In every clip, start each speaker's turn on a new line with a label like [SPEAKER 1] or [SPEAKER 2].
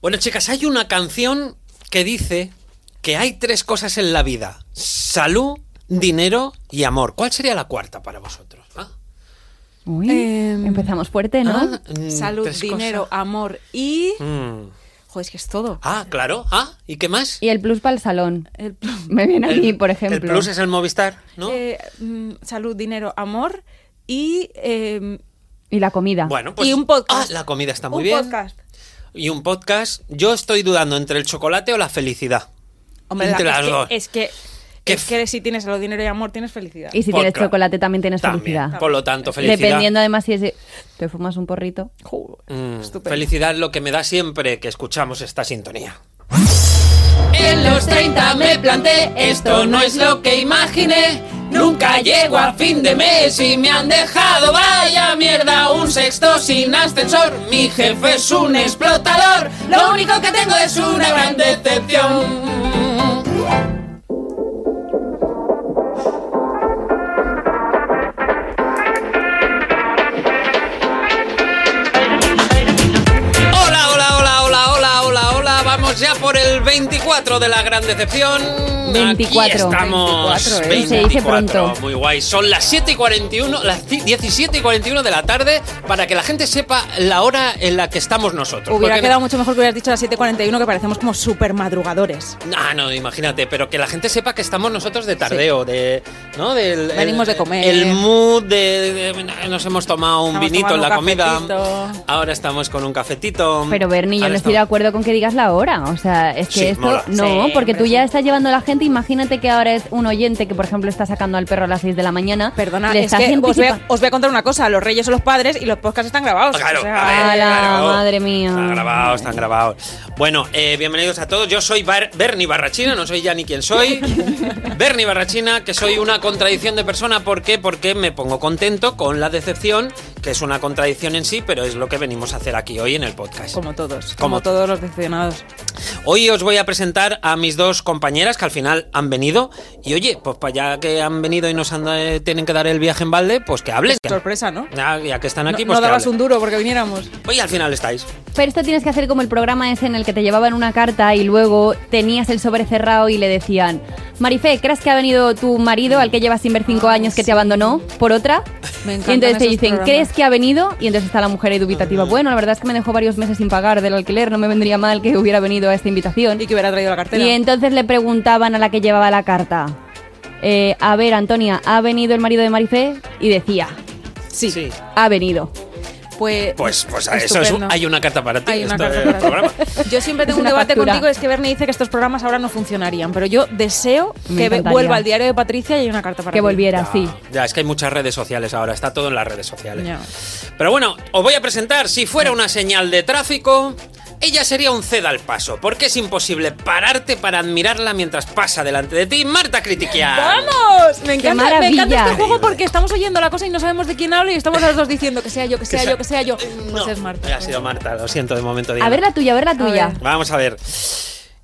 [SPEAKER 1] Bueno, chicas, hay una canción que dice que hay tres cosas en la vida: salud, dinero y amor. ¿Cuál sería la cuarta para vosotros? ¿Ah?
[SPEAKER 2] Uy,
[SPEAKER 3] Em,
[SPEAKER 2] empezamos fuerte, ¿no?
[SPEAKER 1] Ah, mm,
[SPEAKER 3] Salud,
[SPEAKER 1] tres
[SPEAKER 3] dinero,
[SPEAKER 1] cosas.
[SPEAKER 3] amor y...
[SPEAKER 1] Mm.
[SPEAKER 3] Joder, es que es todo.
[SPEAKER 1] Ah, claro. Ah, ¿y qué más?
[SPEAKER 2] Y el plus para el salón.
[SPEAKER 3] El plan-
[SPEAKER 2] Me viene aquí,
[SPEAKER 1] El-
[SPEAKER 2] por ejemplo.
[SPEAKER 1] El plus es el Movistar, ¿no?
[SPEAKER 3] Eh, mm, salud, dinero, amor y... eh,
[SPEAKER 2] Y la comida.
[SPEAKER 1] bueno, pues.
[SPEAKER 3] y un podcast.
[SPEAKER 1] Ah, la comida está muy
[SPEAKER 3] un
[SPEAKER 1] bien.
[SPEAKER 3] podcast.
[SPEAKER 1] Y un podcast. Yo estoy dudando entre el chocolate o la felicidad.
[SPEAKER 3] Hombre,
[SPEAKER 1] entre
[SPEAKER 3] la-
[SPEAKER 1] las
[SPEAKER 3] es,
[SPEAKER 1] dos.
[SPEAKER 3] Que, es que...
[SPEAKER 1] Qué
[SPEAKER 3] es que si tienes salud, dinero y amor, tienes felicidad.
[SPEAKER 2] Y si
[SPEAKER 1] Por-
[SPEAKER 2] tienes
[SPEAKER 1] claro.
[SPEAKER 2] chocolate también tienes
[SPEAKER 1] También.
[SPEAKER 2] felicidad.
[SPEAKER 1] Por lo tanto, felicidad.
[SPEAKER 2] Dependiendo además si es de, te fumas un porrito.
[SPEAKER 3] Jo,
[SPEAKER 1] Mm,
[SPEAKER 3] estupendo.
[SPEAKER 1] felicidad lo que me da siempre que escuchamos esta sintonía.
[SPEAKER 2] En los 30 me planté, esto no es lo
[SPEAKER 1] que imaginé. Nunca llego a fin de mes y me han dejado vaya mierda un sexto sin ascensor. Mi jefe es un explotador. Lo único que tengo es una gran decepción. Hola, hola, hola, hola, hola, hola, hola. Vamos ya por el 24 de la gran decepción.
[SPEAKER 2] 24.
[SPEAKER 1] Aquí estamos.
[SPEAKER 3] 24,
[SPEAKER 2] ¿eh? Se dice pronto.
[SPEAKER 1] Muy guay. Son las 7 y 41, las 17 y 41 de la tarde para que la gente sepa la hora en la que estamos nosotros.
[SPEAKER 3] Hubiera
[SPEAKER 1] Porque-
[SPEAKER 3] quedado mucho mejor que hubieras dicho a las 7.41 que parecemos como super madrugadores.
[SPEAKER 1] Ah, no, imagínate, pero que la gente sepa que estamos nosotros de tardeo, de. ¿No? Del,
[SPEAKER 3] Venimos de comer.
[SPEAKER 1] El mood de. de- nos hemos tomado un
[SPEAKER 3] Estamos
[SPEAKER 1] vinito en la comida.
[SPEAKER 3] tomando un cafetito.
[SPEAKER 1] Ahora estamos con un cafetito.
[SPEAKER 2] Pero Bernie,
[SPEAKER 1] Mm,
[SPEAKER 2] yo
[SPEAKER 1] Ahora
[SPEAKER 2] no estoy de
[SPEAKER 1] estamos-
[SPEAKER 2] acuerdo con que digas la hora. O sea, es que
[SPEAKER 1] Sí,
[SPEAKER 2] esto.
[SPEAKER 1] mola.
[SPEAKER 2] No,
[SPEAKER 3] Sí,
[SPEAKER 2] porque tú
[SPEAKER 3] hombre,
[SPEAKER 2] ya
[SPEAKER 3] sí.
[SPEAKER 2] estás llevando a la gente. Imagínate que ahora es un oyente que, por ejemplo, está sacando al perro a las 6 de la mañana.
[SPEAKER 3] Perdona,
[SPEAKER 2] Le
[SPEAKER 3] es
[SPEAKER 2] estás
[SPEAKER 3] que os voy, a,
[SPEAKER 2] anticipa-
[SPEAKER 3] os voy a contar una cosa. Los reyes son los padres y los podcasts están grabados.
[SPEAKER 1] Claro,
[SPEAKER 3] o sea,
[SPEAKER 1] a ver,
[SPEAKER 2] Ala,
[SPEAKER 1] claro.
[SPEAKER 2] madre mía.
[SPEAKER 1] Están grabados, están grabados. Bueno, eh, bienvenidos a todos. Yo soy Bar- Bernie Barrachina, no soy ya ni quien soy. Bernie Barrachina, que soy una contradicción de persona. ¿Por qué? Porque me pongo contento con la decepción, que es una contradicción en sí, pero es lo que venimos a hacer aquí hoy en el podcast.
[SPEAKER 3] como todos.
[SPEAKER 1] Como
[SPEAKER 3] Como todos los decepcionados.
[SPEAKER 1] Hoy os voy a presentar a mis dos compañeras que al final han venido. Y oye, pues para ya que han venido y nos han, eh, tienen que dar el viaje en balde, pues que hablen.
[SPEAKER 3] Sorpresa, ¿no?
[SPEAKER 1] Ya, ya que están aquí,
[SPEAKER 3] no
[SPEAKER 1] pues
[SPEAKER 3] no
[SPEAKER 1] que
[SPEAKER 3] dabas un
[SPEAKER 1] hablen.
[SPEAKER 3] duro porque viniéramos.
[SPEAKER 1] Oye, al final estáis.
[SPEAKER 2] Pero esto tienes que hacer como el programa ese en el que te llevaban una carta y luego tenías el sobre cerrado y le decían: Marife, ¿crees que ha venido tu marido al que llevas sin ver cinco años que te abandonó por otra?
[SPEAKER 3] Me
[SPEAKER 2] y
[SPEAKER 3] encantan
[SPEAKER 2] entonces te
[SPEAKER 3] esos
[SPEAKER 2] dicen:
[SPEAKER 3] programas.
[SPEAKER 2] ¿crees que ha venido? Y entonces está la mujer ahí dubitativa: Bueno, la verdad es que me dejó varios meses sin pagar del alquiler, no me vendría mal que hubiera venido a esta invitación.
[SPEAKER 3] Y que hubiera traído la cartera.
[SPEAKER 2] Y entonces le preguntaban a la que llevaba la carta. eh, a ver, Antonia, ¿ha venido el marido de Marifé? Y decía,
[SPEAKER 3] Sí.
[SPEAKER 1] Sí.
[SPEAKER 2] ha venido.
[SPEAKER 3] Pues,
[SPEAKER 1] Pues, pues a eso es
[SPEAKER 3] estupendo.
[SPEAKER 1] un- hay una carta para ti.
[SPEAKER 3] Hay una
[SPEAKER 1] esto
[SPEAKER 3] carta
[SPEAKER 1] es
[SPEAKER 3] para
[SPEAKER 1] el
[SPEAKER 3] ti.
[SPEAKER 1] programa.
[SPEAKER 3] Yo siempre tengo un
[SPEAKER 2] una
[SPEAKER 3] debate
[SPEAKER 2] factura.
[SPEAKER 3] contigo, es que Bernie dice que estos programas ahora no funcionarían, pero yo deseo
[SPEAKER 2] Me
[SPEAKER 3] que ve-
[SPEAKER 2] encantaría.
[SPEAKER 3] vuelva al diario de Patricia y hay una carta para
[SPEAKER 2] que
[SPEAKER 3] ti.
[SPEAKER 2] volviera,
[SPEAKER 1] Ya,
[SPEAKER 2] sí.
[SPEAKER 1] Ya, es que hay muchas redes sociales ahora, está todo en las redes sociales.
[SPEAKER 3] Ya.
[SPEAKER 1] Pero bueno, os voy a presentar, si fuera una señal de tráfico, ella sería un ceda al paso, porque es imposible pararte para admirarla mientras pasa delante de ti Marta Critiquian.
[SPEAKER 3] ¡Vamos! Me encanta, me
[SPEAKER 2] maravilla!
[SPEAKER 3] encanta este juego
[SPEAKER 1] Increíble.
[SPEAKER 3] porque estamos oyendo la cosa y no sabemos de quién habla y estamos los dos diciendo que sea yo, que sea
[SPEAKER 1] sea- Eh,
[SPEAKER 3] yo, que sea yo. Pues
[SPEAKER 1] No,
[SPEAKER 3] es Marta.
[SPEAKER 1] Ha sido Marta, lo siento de momento.
[SPEAKER 2] A
[SPEAKER 1] Diana.
[SPEAKER 2] ver la tuya, a ver la tuya.
[SPEAKER 3] ver.
[SPEAKER 1] Vamos a ver.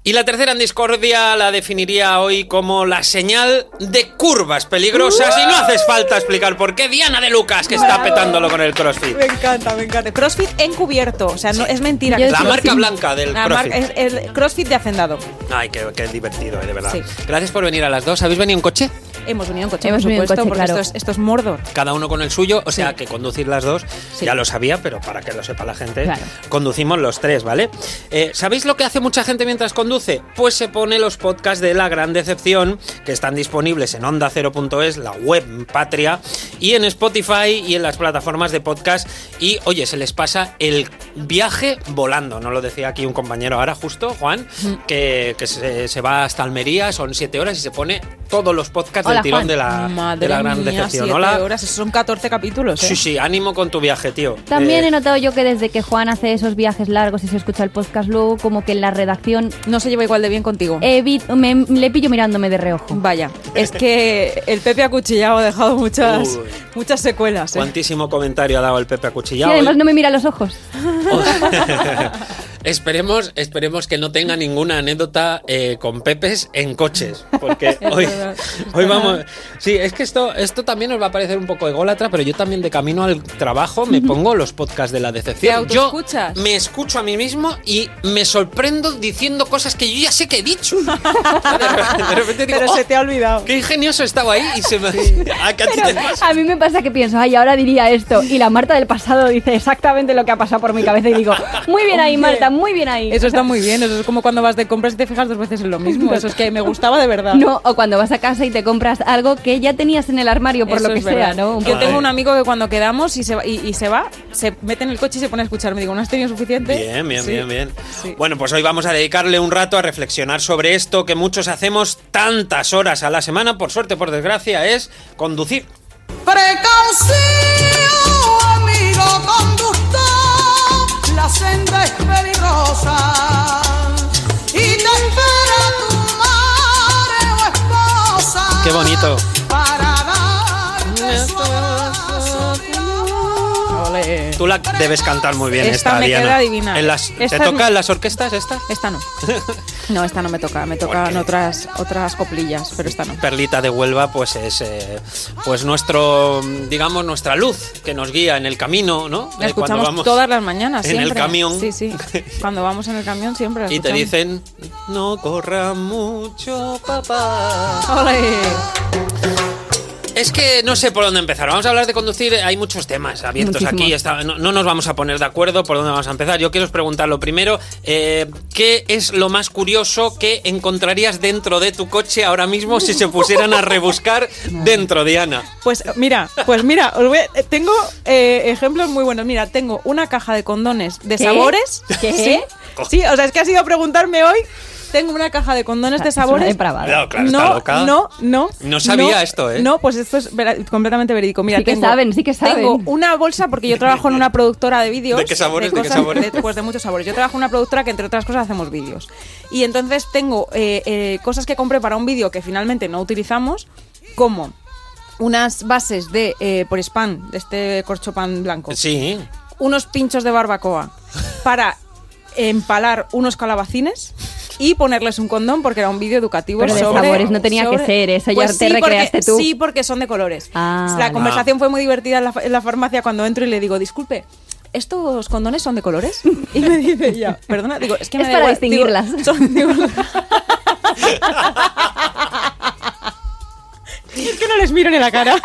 [SPEAKER 1] Y la tercera en discordia la definiría hoy como la señal de curvas peligrosas y no haces falta explicar por qué Diana de Lucas que está petándolo con el CrossFit.
[SPEAKER 3] Me encanta, me encanta. CrossFit encubierto, o sea, no es mentira.
[SPEAKER 2] Yo
[SPEAKER 3] que
[SPEAKER 2] sí,
[SPEAKER 1] La
[SPEAKER 2] sí.
[SPEAKER 3] sea-
[SPEAKER 1] marca blanca del
[SPEAKER 3] La marca-
[SPEAKER 1] CrossFit.
[SPEAKER 3] es el CrossFit de Hacendado.
[SPEAKER 1] Ay, qué, qué divertido, eh, de verdad.
[SPEAKER 3] Sí.
[SPEAKER 1] Gracias por venir a las dos. ¿Habéis venido en coche?
[SPEAKER 3] Hemos unido en coche,
[SPEAKER 2] Hemos
[SPEAKER 3] por
[SPEAKER 2] unido en
[SPEAKER 3] supuesto,
[SPEAKER 2] coche,
[SPEAKER 3] porque
[SPEAKER 2] claro.
[SPEAKER 3] esto, es, esto es Mordor.
[SPEAKER 1] Cada uno con el suyo, o sea que conducir las dos,
[SPEAKER 3] Sí.
[SPEAKER 1] ya lo sabía, pero para que lo sepa la gente,
[SPEAKER 2] Claro.
[SPEAKER 1] conducimos los tres, ¿vale? Eh, ¿Sabéis lo que hace mucha gente mientras conduce? Pues se pone los podcasts de La Gran Decepción, que están disponibles en onda Cero.es, la web patria, y en Spotify y en las plataformas de podcast. Y oye, se les pasa el viaje volando, no lo decía aquí un compañero ahora justo, Juan,
[SPEAKER 3] Mm.
[SPEAKER 1] que, que se, se va hasta Almería, son siete horas y se pone todos los podcasts
[SPEAKER 2] Hola,
[SPEAKER 1] del tirón
[SPEAKER 2] Juan.
[SPEAKER 1] de la, de la Gran
[SPEAKER 3] mía,
[SPEAKER 1] Decepción.
[SPEAKER 3] siete
[SPEAKER 1] Hola.
[SPEAKER 3] horas, esos son 14 capítulos. ¿eh?
[SPEAKER 1] Sí, sí, ánimo con tu viaje, tío.
[SPEAKER 2] También
[SPEAKER 1] Eh,
[SPEAKER 2] he notado yo que desde que Juan hace esos viajes largos y se escucha el podcast luego, como que en la redacción
[SPEAKER 3] No se lleva igual de bien contigo.
[SPEAKER 2] evi- me- le pillo mirándome de reojo.
[SPEAKER 3] Vaya, es que el Pepe acuchillado ha dejado muchas,
[SPEAKER 1] Uy.
[SPEAKER 3] muchas secuelas. ¿eh?
[SPEAKER 1] Cuantísimo comentario ha dado el Pepe
[SPEAKER 2] Y
[SPEAKER 1] Acuchillado.
[SPEAKER 2] además no me mira a los ojos.
[SPEAKER 1] Esperemos, esperemos que no tenga ninguna anécdota eh, con Pepes en coches. Porque hoy,
[SPEAKER 3] verdad.
[SPEAKER 1] hoy vamos. Sí, es que esto, esto también os va a parecer un poco ególatra, pero yo también de camino al trabajo me pongo los podcasts de la decepción.
[SPEAKER 3] ¿Te
[SPEAKER 1] Yo
[SPEAKER 3] autoescuchas?
[SPEAKER 1] me escucho a mí mismo y me sorprendo diciendo cosas que yo ya sé que he dicho. De repente, de repente digo,
[SPEAKER 3] Pero
[SPEAKER 1] "Oh,
[SPEAKER 3] se te ha olvidado.
[SPEAKER 1] qué ingenioso estaba ahí y se me. Ah, que a ti te pasa.
[SPEAKER 2] A mí me pasa que pienso, ay, ahora diría esto. Y la Marta del pasado dice exactamente lo que ha pasado por mi cabeza. Y digo, muy bien ahí,
[SPEAKER 3] Oye,
[SPEAKER 2] Marta, muy bien ahí.
[SPEAKER 3] Eso está muy bien, eso es como cuando vas de compras y te fijas dos veces en lo mismo. Eso es que me gustaba de verdad.
[SPEAKER 2] No, o cuando vas a casa y te compras algo que ya tenías en el armario, por
[SPEAKER 3] Eso
[SPEAKER 2] lo que
[SPEAKER 3] es
[SPEAKER 2] sea,
[SPEAKER 3] verdad.
[SPEAKER 2] ¿no? Un
[SPEAKER 3] Yo
[SPEAKER 2] poco.
[SPEAKER 3] tengo un amigo que cuando quedamos y se, va, y, y se va, se mete en el coche y se pone a escucharme. Digo, ¿no has tenido suficiente?
[SPEAKER 1] Bien, bien,
[SPEAKER 3] Sí,
[SPEAKER 1] bien, bien.
[SPEAKER 3] sí.
[SPEAKER 1] Bueno, pues hoy vamos a dedicarle un rato a reflexionar sobre esto que muchos hacemos tantas horas a la semana, por suerte, por desgracia, es conducir.
[SPEAKER 4] Precaución, amigo conductor, la senda es peligrosa y te espera tu madre o esposa.
[SPEAKER 1] Qué bonito.
[SPEAKER 4] Para darte su abrazo de amor.
[SPEAKER 3] Ole.
[SPEAKER 1] Tú la debes cantar muy bien esta,
[SPEAKER 3] Esta me
[SPEAKER 1] Diana.
[SPEAKER 3] queda divina.
[SPEAKER 1] En las- ¿Te
[SPEAKER 3] Esta es
[SPEAKER 1] toca
[SPEAKER 3] mi-
[SPEAKER 1] en las orquestas esta?
[SPEAKER 3] Esta no. No, esta no me toca. Me tocan otras, otras coplillas, pero esta no.
[SPEAKER 1] Perlita de Huelva, pues es eh, pues nuestro, digamos, nuestra luz que nos guía en el camino, ¿no?
[SPEAKER 3] La
[SPEAKER 1] Eh, cuando
[SPEAKER 3] escuchamos
[SPEAKER 1] vamos
[SPEAKER 3] todas las mañanas,
[SPEAKER 1] En
[SPEAKER 3] siempre.
[SPEAKER 1] el camión.
[SPEAKER 3] Sí, sí. Cuando vamos en el camión siempre la
[SPEAKER 1] Y te
[SPEAKER 3] escuchamos.
[SPEAKER 1] dicen, no corra mucho, papá.
[SPEAKER 3] ¡Ole!
[SPEAKER 1] Es que no sé por dónde empezar. Vamos a hablar de conducir. eh, Hay muchos temas abiertos
[SPEAKER 2] Muchísimos.
[SPEAKER 1] aquí. Está- no, no nos vamos a poner de acuerdo por dónde vamos a empezar. Yo quiero os preguntar lo primero. eh, ¿Qué es lo más curioso que encontrarías dentro de tu coche ahora mismo si se pusieran a rebuscar dentro, Diana?
[SPEAKER 3] Pues mira, pues mira, os voy a- eh, tengo eh, ejemplos muy buenos. Mira, tengo una caja de condones de
[SPEAKER 2] ¿Qué?
[SPEAKER 3] sabores.
[SPEAKER 2] ¿Qué?
[SPEAKER 3] Sí, sí, o sea, es que has ido a preguntarme hoy. Tengo una caja de condones de
[SPEAKER 2] Ah, Es una
[SPEAKER 3] sabores.
[SPEAKER 2] depravada.
[SPEAKER 1] Claro, claro,
[SPEAKER 3] no,
[SPEAKER 1] está loca.
[SPEAKER 3] no, no.
[SPEAKER 1] No sabía esto, ¿eh?
[SPEAKER 3] No, pues esto es vera- completamente verídico. Mira,
[SPEAKER 2] Sí que
[SPEAKER 3] tengo-
[SPEAKER 2] saben, sí que saben.
[SPEAKER 3] Tengo una bolsa, porque yo trabajo en una productora de vídeos.
[SPEAKER 1] ¿De qué sabores, de qué
[SPEAKER 3] cosas-
[SPEAKER 1] sabores?
[SPEAKER 3] de- pues de muchos sabores. Yo trabajo en una productora que, entre otras cosas, hacemos vídeos. Y entonces tengo eh, eh, cosas que compré para un vídeo que finalmente no utilizamos, como unas bases de eh, por spam, de este corcho pan blanco,
[SPEAKER 1] Sí.
[SPEAKER 3] unos pinchos de barbacoa para empalar unos calabacines y ponerles un condón porque era un vídeo educativo
[SPEAKER 2] Pero de
[SPEAKER 3] sobre
[SPEAKER 2] sabores, no tenía que ser, eso ya te
[SPEAKER 3] porque-
[SPEAKER 2] recreaste tú.
[SPEAKER 3] Sí, porque son de colores.
[SPEAKER 2] Ah,
[SPEAKER 3] la
[SPEAKER 2] vale.
[SPEAKER 3] conversación fue muy divertida en la, fa- en la farmacia cuando entro y le digo, "Disculpe, ¿Estos condones son de colores? Y me dice ella, perdona, digo, es que me
[SPEAKER 2] Es
[SPEAKER 3] da
[SPEAKER 2] para
[SPEAKER 3] igual". Digo,
[SPEAKER 2] distinguirlas.
[SPEAKER 3] son- digo, es que no les miro ni la cara.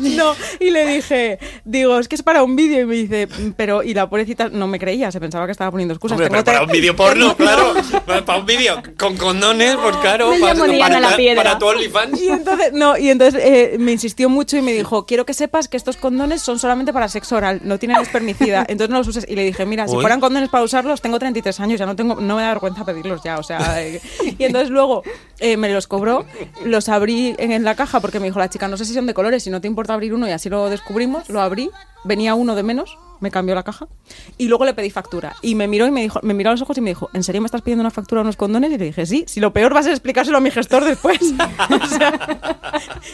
[SPEAKER 3] No, y le dije, digo, es que es para un vídeo. Y me dice, pero, y la pobrecita no me creía, se pensaba que estaba poniendo excusas.
[SPEAKER 1] Hombre,
[SPEAKER 3] Tengo
[SPEAKER 1] pero para
[SPEAKER 3] te-
[SPEAKER 1] un vídeo porno, claro. Para un vídeo con condones, pues claro.
[SPEAKER 2] Me
[SPEAKER 1] para,
[SPEAKER 2] llamo Diana la
[SPEAKER 1] para-
[SPEAKER 2] Piedra.
[SPEAKER 1] para tu OnlyFans.
[SPEAKER 3] Y entonces, no, y entonces eh, me insistió mucho y me dijo, quiero que sepas que estos condones son solamente para sexo oral, no tienen espermicida, entonces no los uses. Y le dije, mira, si
[SPEAKER 1] Uy.
[SPEAKER 3] fueran condones para usarlos, tengo 33 años, ya no tengo, no me da vergüenza pedirlos ya, o sea. eh, y entonces luego eh, me los cobró, los abrí en, en la caja porque me dijo la chica, no sé si son de colores, si no te importa abrir uno y así lo descubrimos, lo abrí, venía uno de menos. Me cambió la caja y luego le pedí factura. Y me miró y me dijo, me miró a los ojos y me dijo, ¿en serio me estás pidiendo una factura a unos condones? Y le dije, sí, si lo peor va a ser explicárselo a mi gestor después. O sea,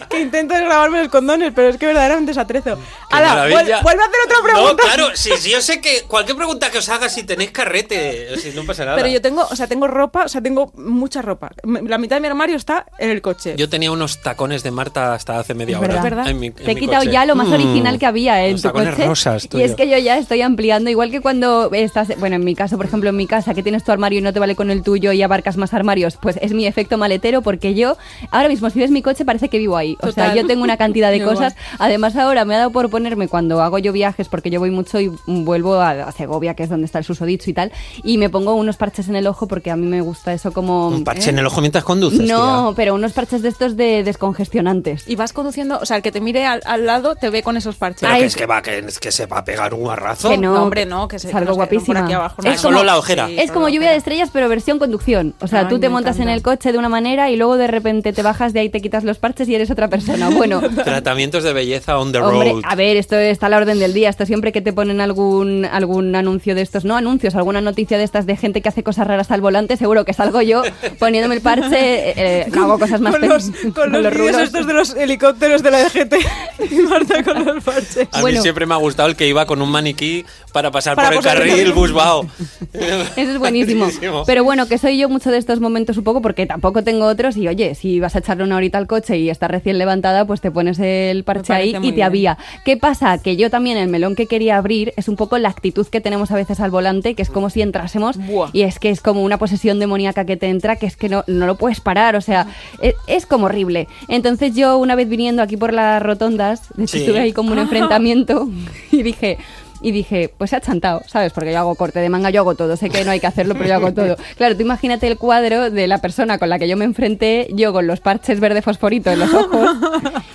[SPEAKER 3] que intento grabarme los condones, pero es que verdaderamente es atrezo.
[SPEAKER 1] Qué
[SPEAKER 3] Ala, vuel-
[SPEAKER 1] maravilla.
[SPEAKER 3] vuelve a hacer otra pregunta.
[SPEAKER 1] No, claro, sí, sí, yo sé que cualquier pregunta que os haga, si tenéis carrete, eh, si no pasa nada.
[SPEAKER 3] Pero yo tengo, o sea, tengo ropa, o sea, tengo mucha ropa. Me- La mitad de mi armario está en el coche.
[SPEAKER 1] Yo tenía unos tacones de Marta hasta hace media
[SPEAKER 2] Es
[SPEAKER 1] hora.
[SPEAKER 2] verdad.
[SPEAKER 3] ¿Verdad?
[SPEAKER 1] en mi- en
[SPEAKER 2] Te he
[SPEAKER 1] mi
[SPEAKER 2] quitado
[SPEAKER 1] coche.
[SPEAKER 2] ya lo más
[SPEAKER 1] Mm.
[SPEAKER 2] original que había ¿eh? en
[SPEAKER 1] Los
[SPEAKER 2] tu
[SPEAKER 1] tacones
[SPEAKER 2] coche.
[SPEAKER 1] rosas,
[SPEAKER 2] y
[SPEAKER 1] tuyo.
[SPEAKER 2] es que yo ya estoy ampliando, igual que cuando estás, bueno, en mi caso, por ejemplo, en mi casa, que tienes tu armario y no te vale con el tuyo y abarcas más armarios, pues es mi efecto maletero porque yo, ahora mismo, si ves mi coche, parece que vivo ahí. O sea,
[SPEAKER 3] Total.
[SPEAKER 2] yo tengo una cantidad de
[SPEAKER 3] Yo
[SPEAKER 2] cosas. Además, ahora me ha dado por ponerme cuando hago yo viajes, porque yo voy mucho y vuelvo a, a Segovia, que es donde está el susodicho y tal, y me pongo unos parches en el ojo porque a mí me gusta eso como... ¿eh?
[SPEAKER 1] Un parche en el ojo mientras conduces.
[SPEAKER 2] No, pero unos parches de estos de descongestionantes.
[SPEAKER 3] Y vas conduciendo, o sea, el que te mire al, al lado te ve con esos parches.
[SPEAKER 1] Pero
[SPEAKER 2] Ay,
[SPEAKER 1] que
[SPEAKER 2] es-
[SPEAKER 1] es que, va, que, es que se va a pegar un barrazo.
[SPEAKER 2] Que no,
[SPEAKER 3] No, hombre, no, que se
[SPEAKER 2] es algo
[SPEAKER 3] que nos quedan por
[SPEAKER 2] guapísima.
[SPEAKER 3] aquí abajo,
[SPEAKER 1] Es como- la ojera.
[SPEAKER 3] Sí,
[SPEAKER 2] Es
[SPEAKER 3] solo
[SPEAKER 2] como
[SPEAKER 3] la
[SPEAKER 2] lluvia de
[SPEAKER 3] ojera.
[SPEAKER 2] estrellas, pero versión conducción. O sea,
[SPEAKER 3] Ay,
[SPEAKER 2] tú te
[SPEAKER 3] me
[SPEAKER 2] montas en
[SPEAKER 3] encanta.
[SPEAKER 2] el coche de una manera y luego de repente te bajas de ahí, te quitas los parches y eres otra persona. Bueno,
[SPEAKER 1] Tratamientos de belleza on the
[SPEAKER 2] hombre,
[SPEAKER 1] road.
[SPEAKER 2] a ver, esto está a la orden del día. Esto siempre que te ponen algún, algún anuncio de estos, no anuncios, alguna noticia de estas de gente que hace cosas raras al volante, seguro que salgo yo poniéndome el parche, eh, eh, hago cosas más
[SPEAKER 3] Con los,
[SPEAKER 2] pe-
[SPEAKER 3] con los vídeos
[SPEAKER 2] rulos.
[SPEAKER 3] estos de los helicópteros de la DGT E y Marta con los parches.
[SPEAKER 1] A mí
[SPEAKER 2] bueno.
[SPEAKER 1] siempre me ha gustado el que iba con un maniquí para pasar
[SPEAKER 3] Para
[SPEAKER 1] por el
[SPEAKER 3] pasar el
[SPEAKER 1] carril
[SPEAKER 3] carril.
[SPEAKER 1] busbao.
[SPEAKER 2] Eso es buenísimo. Pero bueno, que soy yo mucho de estos momentos un poco porque tampoco tengo otros y oye, si vas a echarle una horita al coche y estás recién levantada, pues te pones el parche ahí
[SPEAKER 3] parece
[SPEAKER 2] y
[SPEAKER 3] muy
[SPEAKER 2] te
[SPEAKER 3] bien.
[SPEAKER 2] avía. ¿Qué pasa? Que yo también el melón que quería abrir es un poco la actitud que tenemos a veces al volante, que es como si entrásemos
[SPEAKER 3] Buah.
[SPEAKER 2] y es que es como una posesión demoníaca que te entra, que es que no, no lo puedes parar, o sea, es, es como horrible. Entonces yo una vez viniendo aquí por las rotondas, de hecho,
[SPEAKER 1] Sí.
[SPEAKER 2] estuve ahí
[SPEAKER 3] Ah.
[SPEAKER 2] como un enfrentamiento y dije y dije, pues se ha chantado, ¿sabes? Porque yo hago corte de manga, yo hago todo, sé que no hay que hacerlo, pero yo hago todo. Claro, tú imagínate el cuadro de la persona con la que yo me enfrenté, yo con los parches verde fosforito en los ojos.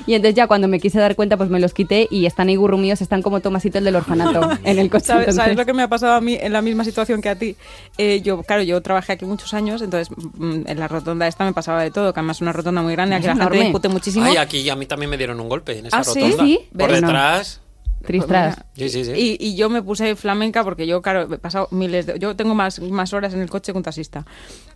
[SPEAKER 2] Y entonces ya cuando me quise dar cuenta, pues me los quité y están ahí gurrumíos, están como Tomasito el del orfanato en el coche.
[SPEAKER 3] ¿Sabes, sabes
[SPEAKER 2] entonces.
[SPEAKER 3] lo que me ha pasado a mí en la misma situación que a ti? Eh, yo, claro, yo trabajé aquí muchos años, entonces mm, en la rotonda esta me pasaba de todo, que además es una rotonda muy grande, aquí la gente
[SPEAKER 2] enorme.
[SPEAKER 3] discute muchísimo.
[SPEAKER 1] Ay, aquí a mí también me dieron un golpe en esa
[SPEAKER 3] ¿Ah, sí?
[SPEAKER 1] rotonda.
[SPEAKER 2] Sí,
[SPEAKER 1] Por
[SPEAKER 2] pero no.
[SPEAKER 1] detrás.
[SPEAKER 2] Tristras.
[SPEAKER 1] Sí, sí, sí.
[SPEAKER 3] Pues Y, y yo me puse flamenca porque yo, claro, he pasado miles de... Yo tengo más, más horas en el coche que un taxista.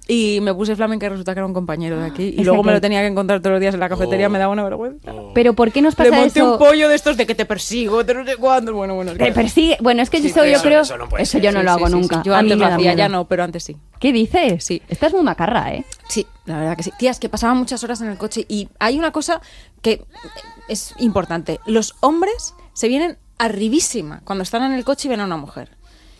[SPEAKER 3] Y me puse flamenca y resulta que era un compañero de aquí. Y
[SPEAKER 2] Es
[SPEAKER 3] luego me
[SPEAKER 2] aquel.
[SPEAKER 3] lo tenía que encontrar todos los días en la cafetería,
[SPEAKER 1] Oh.
[SPEAKER 3] me daba una vergüenza.
[SPEAKER 2] Pero ¿por qué nos
[SPEAKER 3] Le
[SPEAKER 2] pasa
[SPEAKER 3] monté
[SPEAKER 2] eso?
[SPEAKER 3] un pollo de estos de que te persigo, te no sé cuándo. Bueno, bueno, es
[SPEAKER 2] Te
[SPEAKER 3] que-
[SPEAKER 2] persigue. Bueno, es que
[SPEAKER 1] Sí,
[SPEAKER 2] eso yo
[SPEAKER 1] eso-
[SPEAKER 2] creo. Eso,
[SPEAKER 1] eso no puede ser.
[SPEAKER 2] yo no
[SPEAKER 3] Sí,
[SPEAKER 2] lo
[SPEAKER 3] sí,
[SPEAKER 2] hago
[SPEAKER 3] sí, sí.
[SPEAKER 2] nunca.
[SPEAKER 3] Yo
[SPEAKER 2] a mí
[SPEAKER 3] antes
[SPEAKER 2] me
[SPEAKER 3] lo
[SPEAKER 2] da
[SPEAKER 3] hacía,
[SPEAKER 2] miedo.
[SPEAKER 3] ya no, pero antes sí.
[SPEAKER 2] ¿Qué dices?
[SPEAKER 3] Sí.
[SPEAKER 2] Estás muy macarra, ¿eh?
[SPEAKER 3] Sí, la verdad que sí. Tías, que pasaban muchas horas en el coche y hay una cosa que es importante. Los hombres se vienen arribísima cuando están en el coche y ven a una mujer.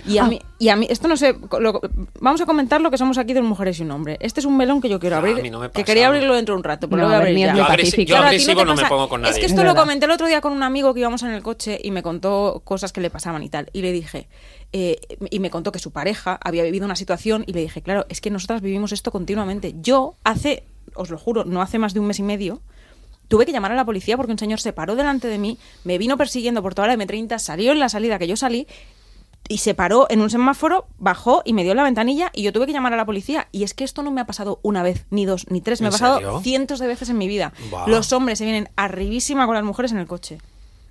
[SPEAKER 3] Y a,
[SPEAKER 2] Ah.
[SPEAKER 3] mí, y a mí, esto no sé, lo- vamos a comentar lo que somos aquí de mujeres y un hombre. Este es un melón que yo quiero
[SPEAKER 1] Ya,
[SPEAKER 3] abrir,
[SPEAKER 1] Ah, a mí no me
[SPEAKER 3] que
[SPEAKER 1] pasa,
[SPEAKER 3] quería
[SPEAKER 1] ¿no?
[SPEAKER 3] abrirlo dentro de un rato, pero
[SPEAKER 2] No,
[SPEAKER 3] lo voy a
[SPEAKER 2] a ver,
[SPEAKER 3] abrir
[SPEAKER 2] ni es
[SPEAKER 3] ya.
[SPEAKER 2] muy
[SPEAKER 1] yo, agresi-
[SPEAKER 2] pacífica.
[SPEAKER 1] yo
[SPEAKER 3] Claro, a ti no
[SPEAKER 1] agresivo
[SPEAKER 3] te
[SPEAKER 1] no, me
[SPEAKER 3] pasa-
[SPEAKER 1] pongo con nadie.
[SPEAKER 3] Es que
[SPEAKER 2] Es
[SPEAKER 3] esto lo
[SPEAKER 2] verdad.
[SPEAKER 3] comenté el otro día con un amigo que íbamos en el coche y me contó cosas que le pasaban y tal. Y le dije, eh, y me contó que su pareja había vivido una situación y le dije, claro, es que nosotras vivimos esto continuamente. Yo hace, os lo juro, no hace más de un mes y medio. Tuve que llamar a la policía porque un señor se paró delante de mí, me vino persiguiendo por toda la M30, salió en la salida que yo salí y se paró en un semáforo, bajó y me dio la ventanilla y yo tuve que llamar a la policía. Y es que esto no me ha pasado una vez, ni dos, ni tres, me ha
[SPEAKER 1] ¿En
[SPEAKER 3] pasado
[SPEAKER 1] serio?
[SPEAKER 3] cientos de veces en mi vida.
[SPEAKER 1] Buah.
[SPEAKER 3] Los hombres se vienen arribísima con las mujeres en el coche.